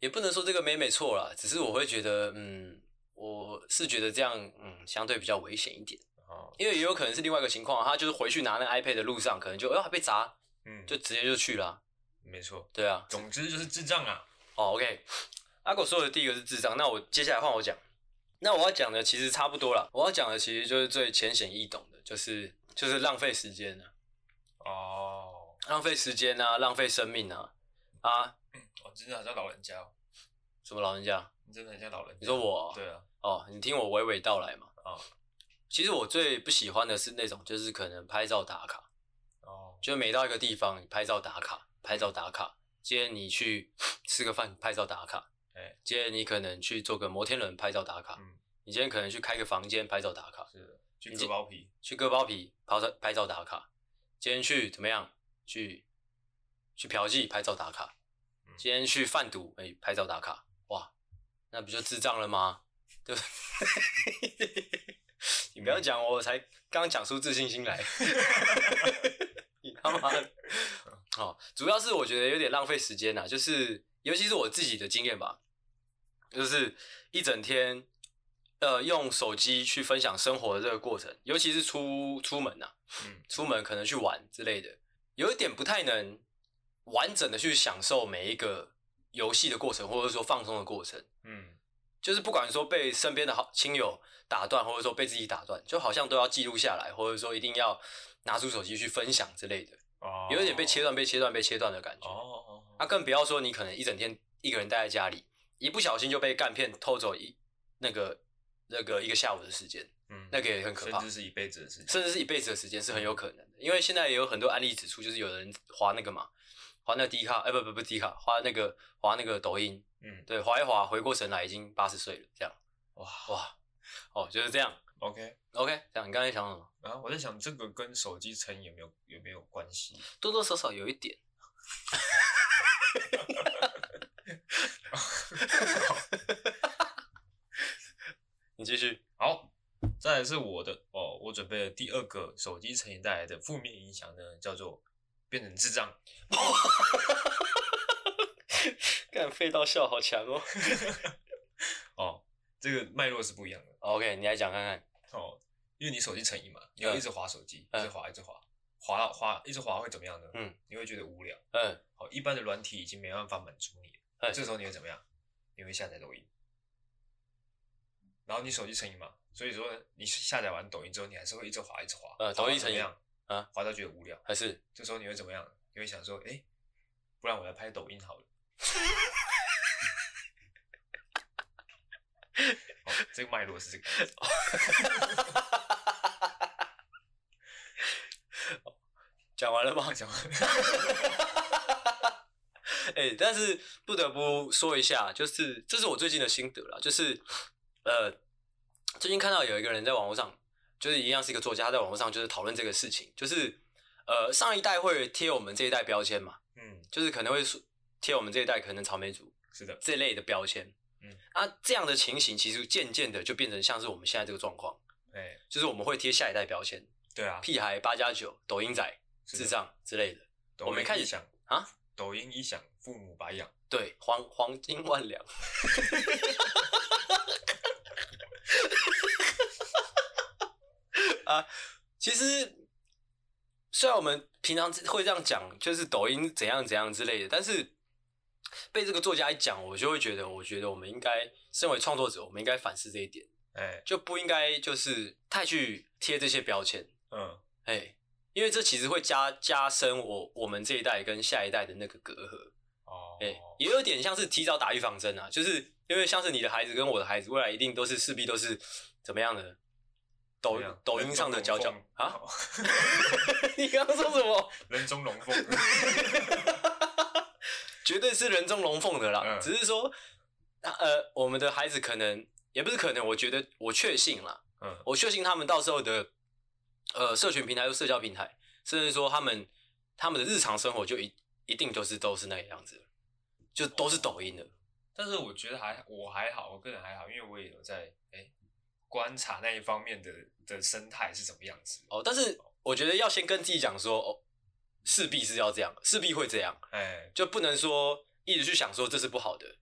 S1: 也不能说这个美美错了，只是我会觉得，嗯，我是觉得这样，嗯，相对比较危险一点，
S2: 哦，
S1: 因为也有可能是另外一个情况，他就是回去拿那 iPad 的路上，可能就哎呦、被砸，
S2: 嗯，
S1: 就直接就去了啊、
S2: 没错。
S1: 对啊，
S2: 总之就是智障啊。
S1: 哦，OK，阿 狗说的第一个是智障，那我接下来换我讲。那我要讲的其实差不多了，我要讲的其实就是最浅显易懂的，就是就是浪费时间啊，
S2: 哦，
S1: 浪费时间啊，浪费生命啊，啊，
S2: 我真的很像老人家哦，
S1: 什么老人家？
S2: 你真的很像老人家。
S1: 你说我
S2: 对啊，
S1: 哦，你听我娓娓道来嘛。
S2: 哦
S1: 其实我最不喜欢的是那种，就是可能拍照打卡，
S2: 哦，
S1: 就每到一个地方你拍照打卡，拍照打卡。今天你去 吃个饭，拍照打卡。
S2: 哎，
S1: 今天你可能去做个摩天轮，拍照打卡。
S2: 嗯
S1: 你今天可能去开个房间，拍照打卡。
S2: 是的，去割包皮。
S1: 去割包皮拍照拍照打卡，今天去怎么样？去去嫖妓拍照打卡
S2: 嗯，
S1: 今天去贩毒哎、拍照打卡，哇，那不就智障了吗？对不对？ 你不要讲，我才刚讲出自信心来， 你他妈的！哦，主要是我觉得有点浪费时间呐、啊就是尤其是我自己的经验吧，就是一整天，呃，用手机去分享生活的这个过程，尤其是出出门呐、
S2: 嗯，
S1: 出门可能去玩之类的，有一点不太能完整的去享受每一个游戏的过程，或者说放松的过程。
S2: 嗯，
S1: 就是不管说被身边的好亲友打断，或者说被自己打断，就好像都要记录下来，或者说一定要拿出手机去分享之类的，
S2: 哦，
S1: 有一点被切啊断、被切断、被切断的感觉。
S2: 哦。哦，
S1: 那、更不要说你可能一整天一个人待在家里，一不小心就被干片偷走一那个那个一个下午的时间，
S2: 嗯，
S1: 那个也很可怕
S2: 甚至是一辈子的事情。
S1: 甚至是一辈子的时间是很有可能的。因为现在也有很多案例指出，就是有人划那个嘛，划那个低卡，哎、不不不低卡，划那个划那个抖音，
S2: 嗯，
S1: 对，划一划，回过神来已经八十岁了，这样，
S2: 哇
S1: 哇，哦，就是这样。
S2: ，OK。
S1: OK，这样你刚才想什么？
S2: 然后我在想，这个跟手机成瘾有没有有没有关系？
S1: 多多少少有一点， 你继续。
S2: 好，再来是我的哦，我准备的第二个手机成瘾带来的负面影响呢，叫做变成智障。
S1: 干废到笑，好强哦。
S2: 哦，这个脉络是不一样的
S1: OK，你来讲看看。
S2: 哦，因为你手机成瘾嘛，你要一直划手机，
S1: 嗯
S2: 一直划，一直划，划到划一直划会怎么样呢？
S1: 嗯，
S2: 你会觉得无聊。
S1: 嗯，
S2: 好，哦一般的软体已经没办法满足你了，
S1: 哎
S2: 这时候你会怎么样？你会下载抖音，然后你手机成瘾嘛，所以说你下载完抖音之后，你还是会一直滑一直滑，
S1: 呃抖音成瘾
S2: 啊
S1: 啊，
S2: 滑到觉得无聊，
S1: 还是
S2: 这时候你会怎么样？你会想说，哎、不然我来拍抖音好了。哦，这个脉络是这个样子。
S1: 讲完了吗？
S2: 讲完了
S1: 哎、但是不得不说一下，就是这是我最近的心得啦，就是呃，最近看到有一个人在网络上，就是一样是一个作家，他在网络上就是讨论这个事情，就是呃，上一代会贴我们这一代标签嘛，
S2: 嗯，
S1: 就是可能会说贴我们这一代可能草莓族
S2: 是的，
S1: 这类的标签，
S2: 嗯，
S1: 啊，这样的情形其实渐渐的就变成像是我们现在这个状况，
S2: 哎、
S1: 就是我们会贴下一代标签，
S2: 对啊，
S1: 屁孩八加九、抖音仔、
S2: 是的
S1: 智障之类的，
S2: 抖
S1: 我
S2: 音
S1: 们开
S2: 一
S1: 始
S2: 响
S1: 啊，
S2: 抖音一响，父母白养。
S1: 对，黄黄金万两。啊，其实虽然我们平常会这样讲，就是抖音怎样怎样之类的，但是被这个作家一讲，我就会觉得，我觉得我们应该身为创作者，我们应该反思这一点，
S2: 哎、
S1: 就不应该就是太去贴这些标签，
S2: 嗯，
S1: 哎、因为这其实会加加深我我们这一代跟下一代的那个隔阂。
S2: 哦，
S1: 哎、也有点像是提早打预防针啊，就是因为像是你的孩子跟我的孩子，未来一定都是势必都是怎么样的？抖
S2: 怎么样，
S1: 哦抖音上的佼佼啊！你刚刚说什么？
S2: 人中龙 凤，
S1: 绝对是人中龙凤的啦，
S2: 嗯
S1: 只是说，啊呃，我们的孩子可能也不是可能，我觉得我确信啦，
S2: 嗯，
S1: 我确信他们到时候的呃社群平台或社交平台，甚至说他们他们的日常生活就一一定就是都是那个样子了，就都是抖音的，
S2: 但是我觉得还我还好，我个人还好，因为我也有在哎、观察那一方面的的生态是什么样子。
S1: 哦，但是我觉得要先跟自己讲说，哦，势必是要这样，势必会这样，
S2: 哎、
S1: 就不能说一直去想说这是不好的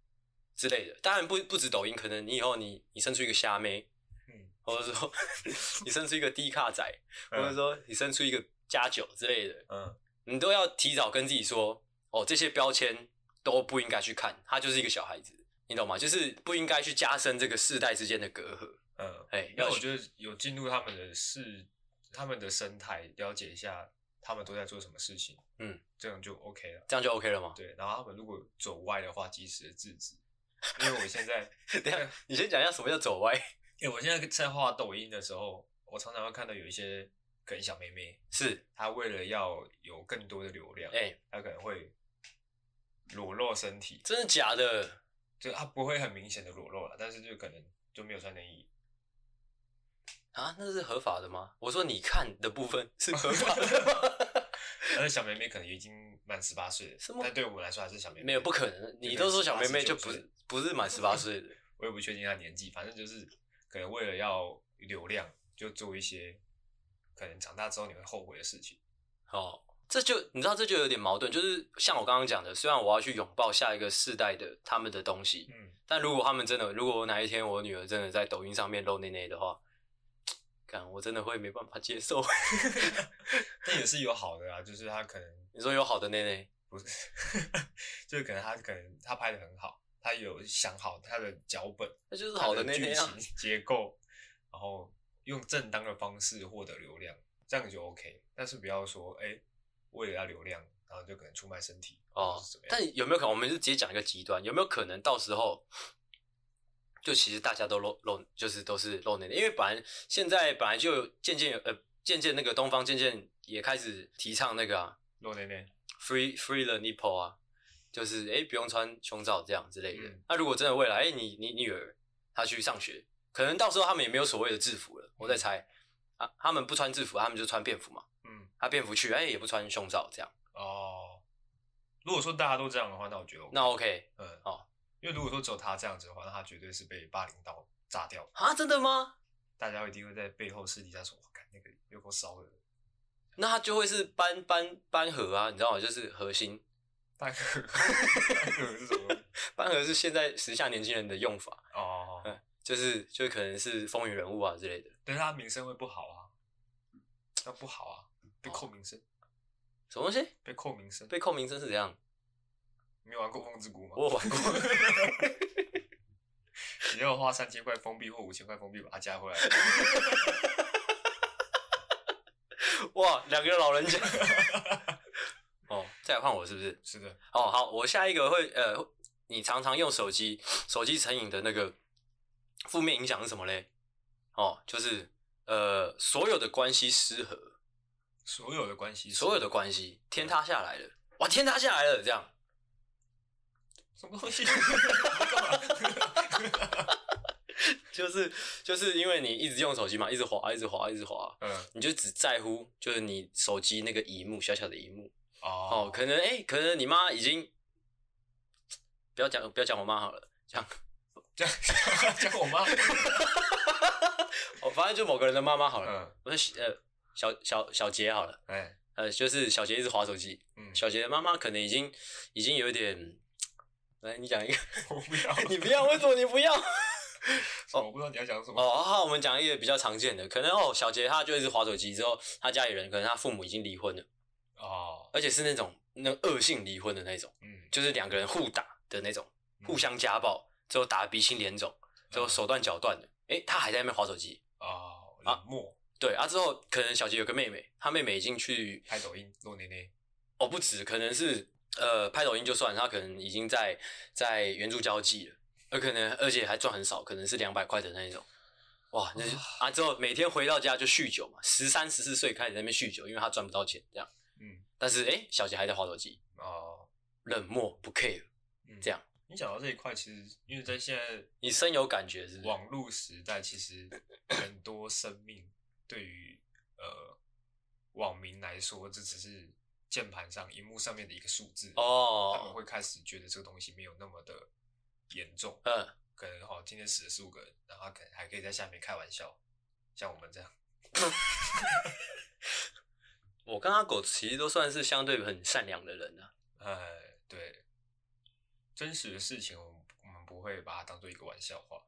S1: 之类的。当然不不止抖音，可能你以后你你生出一个虾妹，
S2: 嗯，
S1: 或 者说你生出一个低卡仔，或者
S2: 嗯
S1: 说你生出一个加九之类的，
S2: 嗯，
S1: 你都要提早跟自己说，哦，这些标签都不应该去看，他就是一个小孩子，你懂吗？就是不应该去加深这个世代之间的隔阂。
S2: 嗯，
S1: 哎、
S2: 那
S1: 要
S2: 我
S1: 去
S2: 觉得有进入他们的事，他们的生态，了解一下他们都在做什么事情，
S1: 嗯，
S2: 这样就 OK 了。
S1: 这样就 OK 了吗？
S2: 对，然后他们如果走歪的话，及时的制止。因为我现在，
S1: 等一下你先讲一下什么叫走歪。
S2: 因为我现在在画抖音的时候，我常常会看到有一些可能小妹妹，
S1: 是，
S2: 她为了要有更多的流量，
S1: 哎、
S2: 她可能会裸露身体，
S1: 真的假的？
S2: 就她不会很明显的裸露了，但是就可能就没有穿内衣。
S1: 啊，那是合法的吗？我说你看的部分是合法的吗？
S2: 但是小妹妹可能已经满十八岁了
S1: 什么，
S2: 但对我们来说还是小妹妹。
S1: 没有，不可能。你都说小妹妹就不
S2: 18
S1: 是不是满十八岁的，
S2: 我也不确定她年纪，反正就是可能为了要流量，就做一些可能长大之后你会后悔的事情。
S1: 哦，这就你知道这就有点矛盾，就是像我刚刚讲的，虽然我要去拥抱下一个世代的他们的东西，
S2: 嗯，
S1: 但如果他们真的，如果我哪一天我女儿真的在抖音上面露内内的话，看我真的会没办法接受。
S2: 但也是有好的啊，就是她可能
S1: 你说有好的内内，
S2: 不是，就是可能他可能他拍的很好，他有想好他的脚本，
S1: 那就是
S2: 他
S1: 好
S2: 的
S1: 的内
S2: 剧
S1: 内啊
S2: 情。结构，然后用正当的方式获得流量，这样就 OK。但是不要说哎、为了要流量，然后就可能出卖身体或
S1: 哦
S2: 者是怎么，样
S1: 但有没有可能？我们就直接讲一个极端，有没有可能到时候就其实大家都露露，就是都是露内内？因为本来现在本来就渐渐有呃，渐渐那个东方渐渐也开始提倡那个啊
S2: 露内内，
S1: ，free free the nipple 啊，就是诶不用穿胸罩这样之类的。
S2: 嗯
S1: 那如果真的未来诶你你女儿她去上学，可能到时候他们也没有所谓的制服了，我在猜啊，他们不穿制服，他们就穿便服嘛，
S2: 嗯，
S1: 啊便服去诶也不穿胸罩这样，
S2: 哦。如果说大家都这样的话，那我觉得 OK,
S1: 那 OK
S2: 嗯
S1: 哦，
S2: 因为如果说只有他这样子的话，那他绝对是被霸凌到炸掉，
S1: 啊真的吗？
S2: 大家一定会在背后私底下说，我看那个有够骚的，
S1: 那他就会是班班班核啊，你知道吗？就是核心
S2: 半个半个是什么东 西？
S1: 班核是现在时下年轻人的用法，
S2: 哦，
S1: 嗯就是就可能是风云人物啊之类的。
S2: 但是他名声会不好啊，那不好啊，
S1: 哦
S2: 被扣名声，
S1: 什么东西
S2: 被扣名声。
S1: 被扣名声是怎样？
S2: 你有玩过风之谷吗？
S1: 我有玩过，
S2: 你要花三千块封闭或五千块封闭把它加回来。
S1: 哇，两个老人家。 哦，再来换我是不是？
S2: 是的，
S1: 哦，好，我下一个会呃，你常常用手机，手机成瘾的那个负面影响是什么嘞？哦，就是呃，所有的关系失和，
S2: 所有的关系，
S1: 所有的关系天塌下来了，哇，天塌下来了，这样
S2: 什么东西？ 干嘛？
S1: 就是就是因为你一直用手机嘛，一直滑，一直滑，一直滑，
S2: 嗯，
S1: 你就只在乎就是你手机那个荧幕小小的荧幕，哦，
S2: 哦，
S1: 可能哎、可能你妈已经不要讲不要讲我妈好了，讲
S2: 这样讲我 妈，
S1: 哦，反正就某个人的妈妈好了。
S2: 嗯，
S1: 我说呃小小小杰好了，
S2: 哎，
S1: 呃就是小杰一直划手机，
S2: 嗯，
S1: 小杰的妈妈可能已经已经有一点，来你讲一个，
S2: 我不要，
S1: 你不要，为什么你不 要？
S2: 我不知道你要讲什么。
S1: 哦，好，我们讲一个比较常见的，可能哦小杰他就一直划手机，之后他家里人可能他父母已经离婚了，
S2: 哦，
S1: 而且是那种那种恶性离婚的那种，
S2: 嗯，
S1: 就是两个人互打的那种，互相家暴，之后打得鼻青脸肿，之后手断脚断的，诶，他还在那边划手机。
S2: 哦，
S1: 啊
S2: 冷漠，
S1: 对啊，之后可能小杰有个妹妹，她妹妹已经去
S2: 拍抖音，弄捏捏，
S1: 哦，不止，可能是呃拍抖音就算，他可能已经在在援助交际了，而可能而且还赚很少，可能是两百块的那一种。哇，那是啊之后每天回到家就酗酒嘛，十三十四岁开始在那边酗酒，因为他赚不到钱这样。
S2: 嗯，
S1: 但是诶，小杰还在划手机，
S2: 哦，
S1: 冷漠不 care，
S2: 嗯
S1: 这样
S2: 你讲到这一块，其实因为在现在
S1: 你深有感觉是不是？
S2: 网络时代，其实很多生命对于呃网民来说，这只是键盘上、荧幕上面的一个数字。他们
S1: 哦，
S2: 会开始觉得这个东西没有那么的严重，
S1: 嗯，
S2: 可能哈、哦、今天死了十五个人，然后他可能还可以在下面开玩笑，像我们这样。
S1: 我跟阿狗其实都算是相对很善良的人啊。
S2: 哎，对，真实的事情，我们我们不会把它当做一个玩笑话。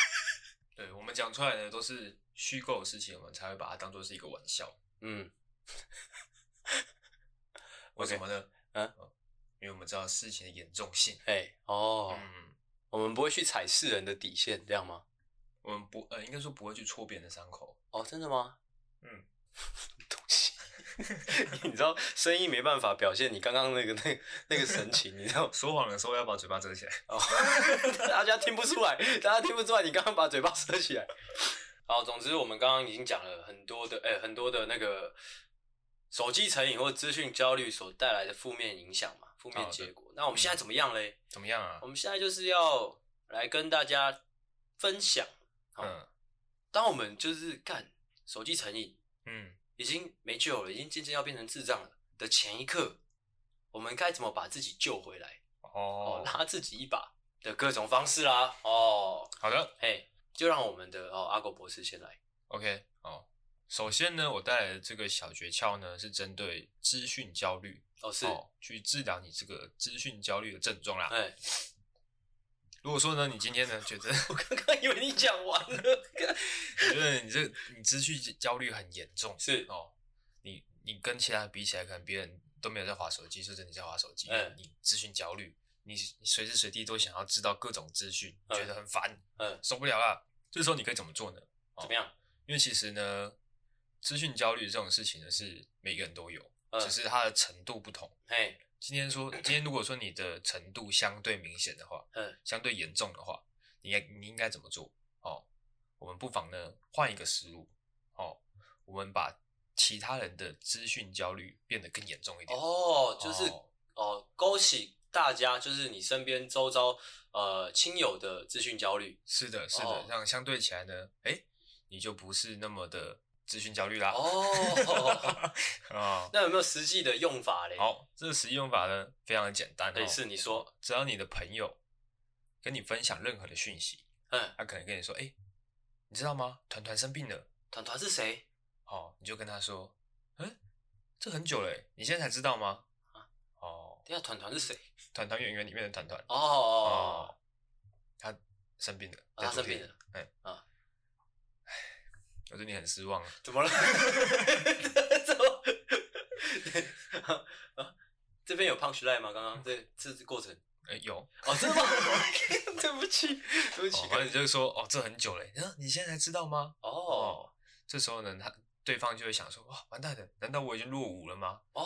S2: 对我们讲出来的都是虚构的事情，我们才会把它当做是一个玩笑。
S1: 嗯，
S2: 为什么呢？哦
S1: 嗯
S2: 因为我们知道事情的严重性。
S1: 哎、哦，
S2: 嗯，
S1: 我们不会去踩世人的底线，这样吗？
S2: 我们不呃，应该说不会去戳别人的伤口。
S1: 哦，真的吗？
S2: 嗯，
S1: 东西， 你知道声音没办法表现你刚刚那个那那个神情，你知道？
S2: 说谎的时候要把嘴巴遮起来。
S1: 哦， 大家听不出来，大家听不出来，你刚刚把嘴巴遮起来。 好，总之我们刚刚已经讲了很多的，哎、很多的那个手机成瘾或资讯焦虑所带来的负面影响嘛，负面
S2: 好的
S1: 结果。那我们现在怎么样嘞？
S2: 怎么样啊
S1: 我？们现在就是要来跟大家分享，好
S2: 嗯
S1: 当我们就是干手机成瘾，
S2: 嗯，
S1: 已经没救了，已经渐渐要变成智障了的前一刻，我们该怎么把自己救回来？哦，
S2: 哦，
S1: 拉自己一把的各种方式啦。哦，
S2: 好的。
S1: 嘿，就让我们的哦阿狗博士先来。
S2: OK，好。首先呢，我带来的这个小诀窍呢，是针对资讯焦虑，
S1: 哦，是，
S2: 哦，去治疗你这个资讯焦虑的症状啦。
S1: 哎，
S2: 如果说呢，你今天呢觉得
S1: 我刚刚以为你讲完了。
S2: 你觉得你这你资讯焦虑很严重
S1: 是，
S2: 哦，你你跟其他人比起来，可能别人都没有在划手机，甚至你在划手机，
S1: 嗯
S2: 你资讯焦虑，你你随时随地都想要知道各种资讯，
S1: 嗯
S2: 觉得很烦，
S1: 嗯，
S2: 受不了啦。这时候你可以怎么做呢？
S1: 怎么样？
S2: 因为其实呢，资讯焦虑这种事情呢，是每个人都有，
S1: 嗯
S2: 只是它的程度不同。
S1: 嘿，
S2: 今天说，今天如果说你的程度相对明显的话，
S1: 嗯，
S2: 相对严重的话，你应该你应该怎么做？哦，我们不妨呢换一个思路，哦，我们把其他人的资讯焦虑变得更严重一点。
S1: 哦，就是
S2: 哦
S1: 哦，勾起大家就是你身边周遭呃亲友的资讯焦虑。
S2: 是的，是的，
S1: 哦
S2: 这样相对起来呢，哎，你就不是那么的资讯焦虑啦。
S1: 哦，
S2: 啊、
S1: 那有没有实际的用法嘞？，
S2: 好，这个实际用法呢非常的简单、哦。
S1: 哎，是你说，
S2: 只要你的朋友跟你分享任何的讯息，
S1: 嗯，
S2: 他可能跟你说：“哎、你知道吗？团团生病了。
S1: 团团是谁？”
S2: 哦，你就跟他说：“嗯、这很久了欸，你现在才知道吗？”哦，
S1: 等一下，团团是谁？
S2: 团团圆圆里面的团团
S1: 哦哦，
S2: 哦，他生病了，
S1: 啊他
S2: 在昨
S1: 生病
S2: 天
S1: 了，
S2: 哎、
S1: 啊
S2: 我对你很失望啊。
S1: 怎么了？ 怎么？啊，这边有 punch line 吗？刚刚这这过程
S2: 呃，有，哦，
S1: 哦，真的吗？ 对不起，对不起。
S2: 反正就是说，哦，这很久嘞，嗯，你现在才知道吗？
S1: 哦
S2: 哦，这时候呢，他对方就会想说，哇，完蛋了，难道我已经落伍了吗？我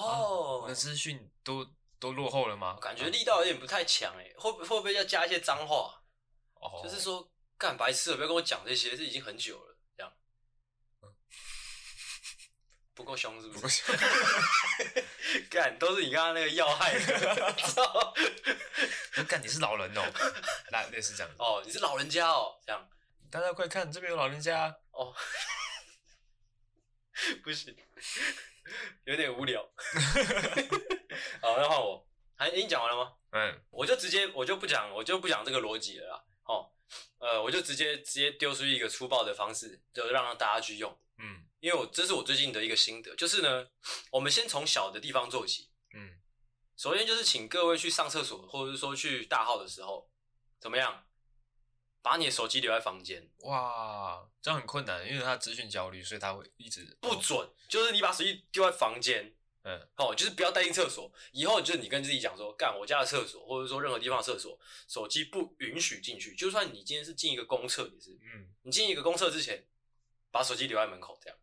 S1: 哦
S2: 的，资讯都都落后了吗？啊
S1: 感觉力道有点不太强哎，会不会不会要加一些脏话？
S2: 哦，
S1: 就是说干白痴了，不要跟我讲这些，这已经很久了，这样。不够凶是
S2: 不
S1: 嗯不
S2: 过
S1: 是？干都是你刚刚那个要害的， 操！
S2: 干你是老人哦， 那类似这样子。
S1: 哦，你是老人家哦，这样
S2: 大家快看，这边有老人家。
S1: 哦， 不行，有点无聊。 好，那换我，还、诶你讲完了吗？
S2: 嗯，
S1: 我就直接我就不讲，我就不讲这个逻辑了啦。哦，呃，我就直接直接丢出一个粗暴的方式，就让大家去用。
S2: 嗯
S1: 因为我这是我最近的一个心得，就是呢，我们先从小的地方做起。
S2: 嗯，
S1: 首先就是请各位去上厕所，或者是说去大号的时候，怎么样？把你的手机留在房间，
S2: 哇，这样很困难，因为他资讯焦虑，所以他会一直
S1: 不准，就是你把手机丢在房间，
S2: 嗯
S1: 哦，就是不要带进厕所。以后就是你跟自己讲说，干我家的厕所，或者说任何地方的厕所，手机不允许进去。就算你今天是进一个公厕，也是
S2: 嗯，
S1: 你进一个公厕之前，把手机留在门 口，这样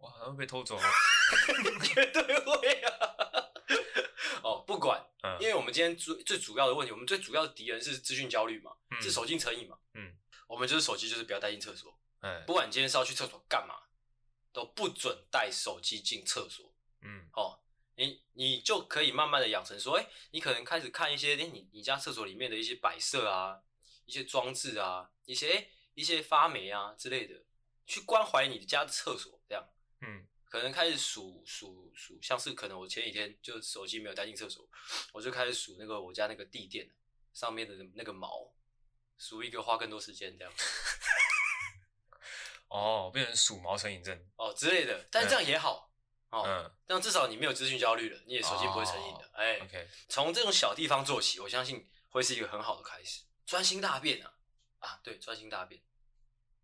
S2: 哇，好像被偷 走了。
S1: 绝对会啊。 哦，不管，
S2: 嗯，
S1: 因为我们今天最最主要的问题，我们最主要的敌人是资讯焦虑嘛，
S2: 嗯
S1: 是手机成瘾嘛。
S2: 嗯，
S1: 我们就是手机，就是不要带进厕所，
S2: 嗯
S1: 不管你今天是要去厕所干嘛，都不准带手机进厕所。
S2: 嗯
S1: 哦，你你就可以慢慢的养成说，哎、你可能开始看一些，哎、你你家厕所里面的一些摆设啊，一些装置啊，一些哎、诶一些发霉啊之类的，去关怀你的家的厕所，这样
S2: 嗯
S1: 可能开始数数数，像是可能我前几天就手机没有带进厕所，我就开始数那个我家那个地垫上面的那个毛，数一个花更多时间这样
S2: 哦，变成鼠毛成瘾症。
S1: 哦之类的，但这样也好。哦，
S2: 嗯
S1: 这样至少你没有资讯焦虑了，你也手机不会成瘾的
S2: 哦。
S1: 哎、
S2: ，OK，
S1: 从这种小地方做起，我相信会是一个很好的开始。专心大便啊，啊，对，专心大便。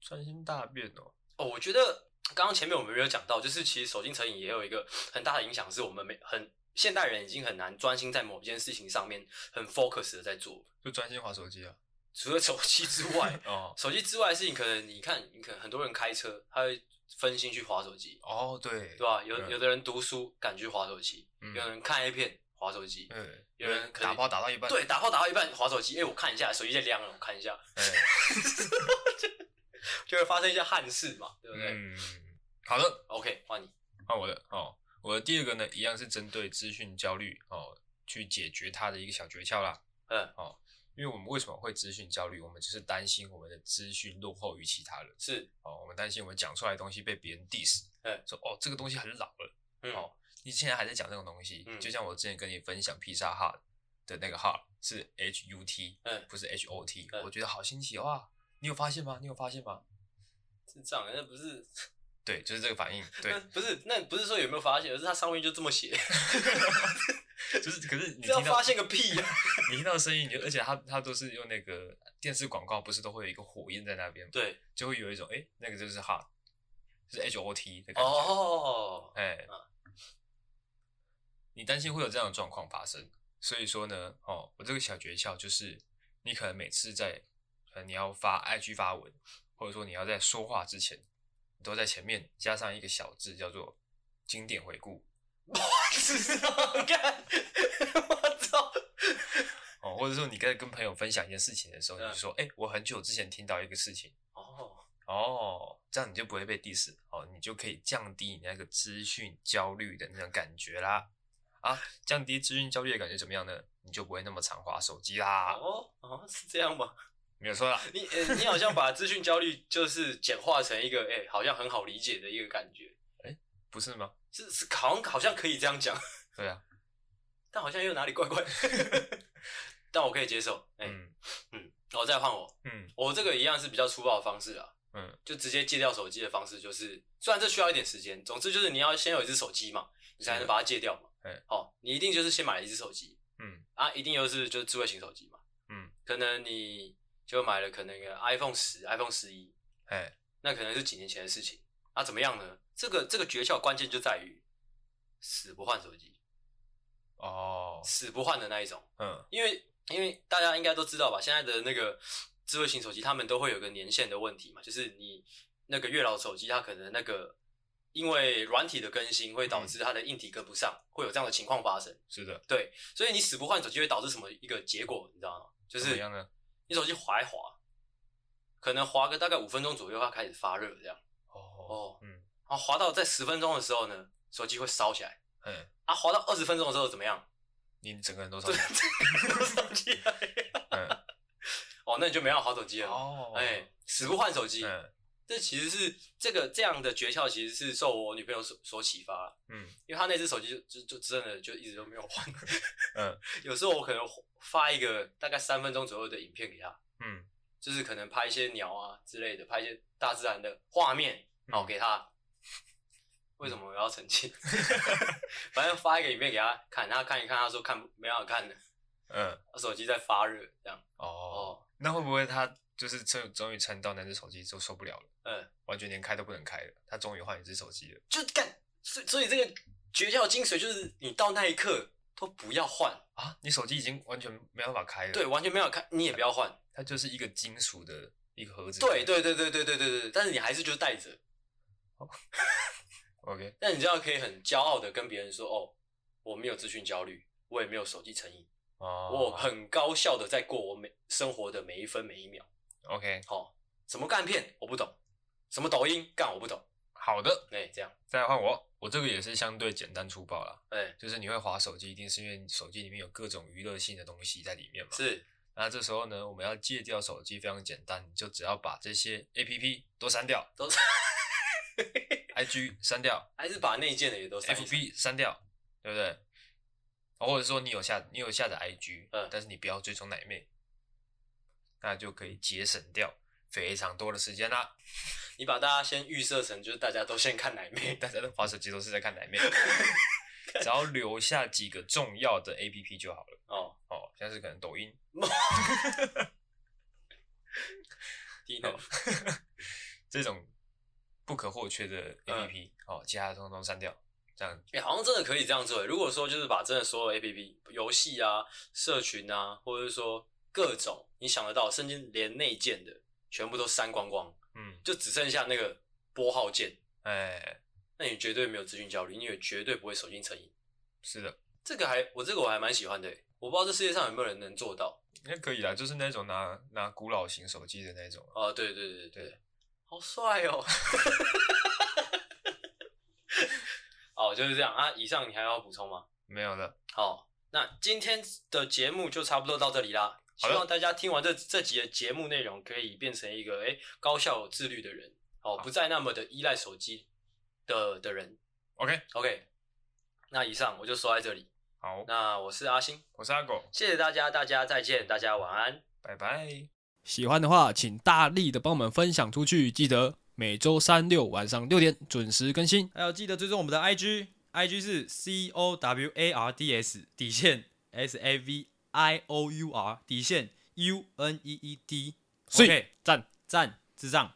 S2: 专心大便哦。
S1: 哦，我觉得刚刚前面我们没有讲到，就是其实手机成瘾也有一个很大的影响，是我们没很现代人已经很难专心在某件事情上面很 focus 的在做。
S2: 就专心划手机啊。，
S1: 除了手机之外
S2: 哦
S1: 手机之外的事情，可能你看，你可能很多人开车，他会分心去划手机，
S2: 哦，对
S1: 对，啊吧？有
S2: 嗯
S1: 有的人读书，感觉划手机；
S2: 嗯
S1: 有人看 A 片，划手机。
S2: 嗯，
S1: 有人可以
S2: 打包打到一半，
S1: 对，打炮打到一半划手机，哎、我看一下，手机在亮了，我看一下。
S2: 哎，
S1: 就会发生一些憾事嘛，对不对、
S2: 嗯，好的，
S1: o k 换你。
S2: 换我的哦，我的第二个呢，一样是针对资讯焦虑哦，去解决它的一个小诀窍啦。
S1: 嗯，
S2: 因为我们为什么会资讯焦虑？我们就是担心我们的资讯落后于其他人
S1: 是，
S2: 哦，我们担心我们讲出来的东西被别人 diss，
S1: 嗯
S2: 说哦这个东西很老了，
S1: 嗯，
S2: 哦你现在还在讲这种东西，
S1: 嗯
S2: 就像我之前跟你分享披萨哈的那个哈是 H U T，
S1: 嗯
S2: 不是 H O T，、
S1: 嗯
S2: 我觉得好新奇哦哇！你有发现吗？你有发现吗？
S1: 是这样，那不是，
S2: 对，就是这个反应，对
S1: 那，不是，那不是说有没有发现，而是它上面就这么写，
S2: 就是可是你
S1: 这 要
S2: 听到
S1: 发现个屁 呀、
S2: 你听到声音，你就而且它它都是用那个电视广告，不是都会有一个火焰在那边，，
S1: 对，
S2: 就会有一种哎、诶那个就是 hot，就是 H O T 的感觉，
S1: 哦，
S2: 哎、
S1: 嗯
S2: 你担心会有这样的状况发生，所以说呢，哦，我这个小诀窍就是，你可能每次在呃你要发 IG 发文，或者说你要在说话之前，你都在前面加上一个小字叫做经典回顾，
S1: 知道，干， 我操，
S2: 哦，或者说你在跟朋友分享一件事情的时候，你
S1: 嗯
S2: 就说，哎、我很久之前听到一个事情。
S1: 哦，
S2: 哦，这样你就不会被 diss 哦，你就可以降低你那个资讯焦虑的那种感觉啦。啊，降低资讯焦虑的感觉怎么样呢？你就不会那么常滑手机啦，
S1: 哦，哦，是这样吗？
S2: 没有错啦。
S1: 你、呃你好像把资讯焦虑就是简化成一个，哎、好像很好理解的一个感觉，
S2: 不是吗？
S1: 是是，好像好像可以这样讲，
S2: 对啊，
S1: 但好像又哪里怪怪， 但我可以接受，哎、
S2: 嗯
S1: 嗯，我、再换我，
S2: 嗯
S1: 我这个一样是比较粗暴的方式啦，
S2: 嗯
S1: 就直接戒掉手机的方式，就是虽然这需要一点时间，总之就是你要先有一只手机嘛，你才能把它戒掉嘛。
S2: 嗯
S1: 好、你一定就是先买了一只手机
S2: 嗯
S1: 啊，一定又是就是智慧型手机嘛，
S2: 嗯，
S1: 可能你就买了可能个 iPhone 十、iPhone 十一，
S2: 哎，
S1: 那可能是几年前的事情啊，怎么样呢？这个这个诀窍关键就在于死不换手机，
S2: 哦，
S1: 死不换的那一种。
S2: 嗯，
S1: 因为因为大家应该都知道吧，现在的那个智慧型手机，他们都会有个年限的问题嘛，就是你那个越老手机，它可能那个因为软体的更新会
S2: 嗯
S1: 导致它的硬体跟不上，会有这样的情况发生。
S2: 是的，
S1: 对，所以你死不换手机会导致什么一个结果，你知道吗？就
S2: 怎么
S1: 是
S2: 样呢？
S1: 你手机滑一滑，可能滑个大概五分钟左右，它开始发热这样，
S2: 哦，
S1: 哦，
S2: 嗯
S1: 然后滑到在十分钟的时候呢，手机会烧起来，
S2: 嗯，
S1: 啊，滑到二十分钟的时候怎么样？
S2: 你整个人都上
S1: 对，整个都烧起来，
S2: 嗯，
S1: 哦，那你就没办法滑手机了。
S2: 哦
S1: 哎、死不换手机，
S2: 嗯
S1: 这其实是这个这样的诀窍，其实是受我女朋友所所启发啦，
S2: 嗯
S1: 因为她那只手机就就就真的就一直都没有换。
S2: 嗯，
S1: 有时候我可能发一个大概三分钟左右的影片给她，
S2: 嗯，
S1: 就是可能拍一些鸟啊之类的，拍一些大自然的画面，
S2: 嗯
S1: 然后给她。为什么我要澄清？ 反正发一个影片给她看，她看一看，她说看不没办法看的，
S2: 嗯，
S1: 她手机在发热这样。
S2: 哦，
S1: 哦，
S2: 那会不会他就是终终于撑到那只手机就受不了了，
S1: 嗯，
S2: 完全连开都不能开了，他终于换一只手机了，
S1: 就干，所以所以这个诀窍精髓就是你到那一刻都不要换，
S2: 啊，你手机已经完全没办法开了，
S1: 对，，完全没有看，你也不要换，
S2: 它就是一个金属的一个盒子，
S1: 对对对对对对对对，但是你还是就是带着，
S2: ，OK，
S1: 但你这样可以很骄傲的跟别人说，哦，我没有资讯焦虑，我也没有手机成瘾，
S2: 哦，
S1: 我很高效的在过我每生活的每一分每一秒，
S2: OK，
S1: 好、哦，什么干片我不懂，什么抖音干我不懂，
S2: 好的，
S1: 哎、这样，
S2: 再来换我，我这个也是相对简单粗暴啦。
S1: 哎、
S2: 就是你会滑手机，一定是因为你手机里面有各种娱乐性的东西在里面嘛。
S1: 是
S2: 那这时候呢，我们要戒掉手机非常简单，你就只要把这些 A P P 都删掉，
S1: 都是
S2: I G 删掉
S1: 还是把内建的也都删
S2: ，F
S1: 一删
S2: B 删掉，对不对？或者说你有下你有下载 I G，、
S1: 嗯
S2: 但是你不要追踪奶妹，那就可以节省掉非常多的时间啦。
S1: 你把大家先预设成就是大家都先看奶妹，
S2: 大家的滑手机都是在看 奶妹，只要留下几个重要的 A P P 就好了。
S1: 哦，
S2: 哦，像是可能抖音，
S1: 第一个，
S2: 这种不可或缺的
S1: 嗯
S2: APP，、哦，其他的通通删掉，这样
S1: 哎、好像真的可以这样做欸。如果说就是把真的所有 A P P、游戏啊、社群啊，或者是说各种你想得到，甚至连内建的全部都删光光，
S2: 嗯，
S1: 就只剩下那个拨号键，
S2: 哎，
S1: 那你绝对没有资讯焦虑，你也绝对不会手机成瘾。
S2: 是的，
S1: 这个还我这个我还蛮喜欢的欸，我不知道这世界上有没有人能做到。
S2: 应该可以啦，就是那种拿拿古老型手机的那种，
S1: 啊，对对对对
S2: 对，
S1: 好帅哦！哦，就是这样啊。以上你还要补充吗？
S2: 没有了，
S1: 好，那今天的节目就差不多到这里啦。希
S2: 好的
S1: 望大家听完这这集的节目内容，可以变成一个诶、高效有自律的人，哦，
S2: 好
S1: 不再那么的依赖手机的的人。
S2: ，OK，
S1: OK，那以上我就说在这里。
S2: 好，
S1: 那我是阿星，
S2: 我是阿狗，
S1: 谢谢大家，大家再见，大家晚安。
S2: 拜拜。
S3: 喜欢的话，请大力的帮我们分享出去。记得每周三六晚上六点准时更新。
S4: 还有记得追踪我们的 IG，IG 是 C O W A R D S 底线 S A V I O U R 底线 U N E E D。
S3: 所以
S4: OK，
S3: 赞。
S4: 赞，智障。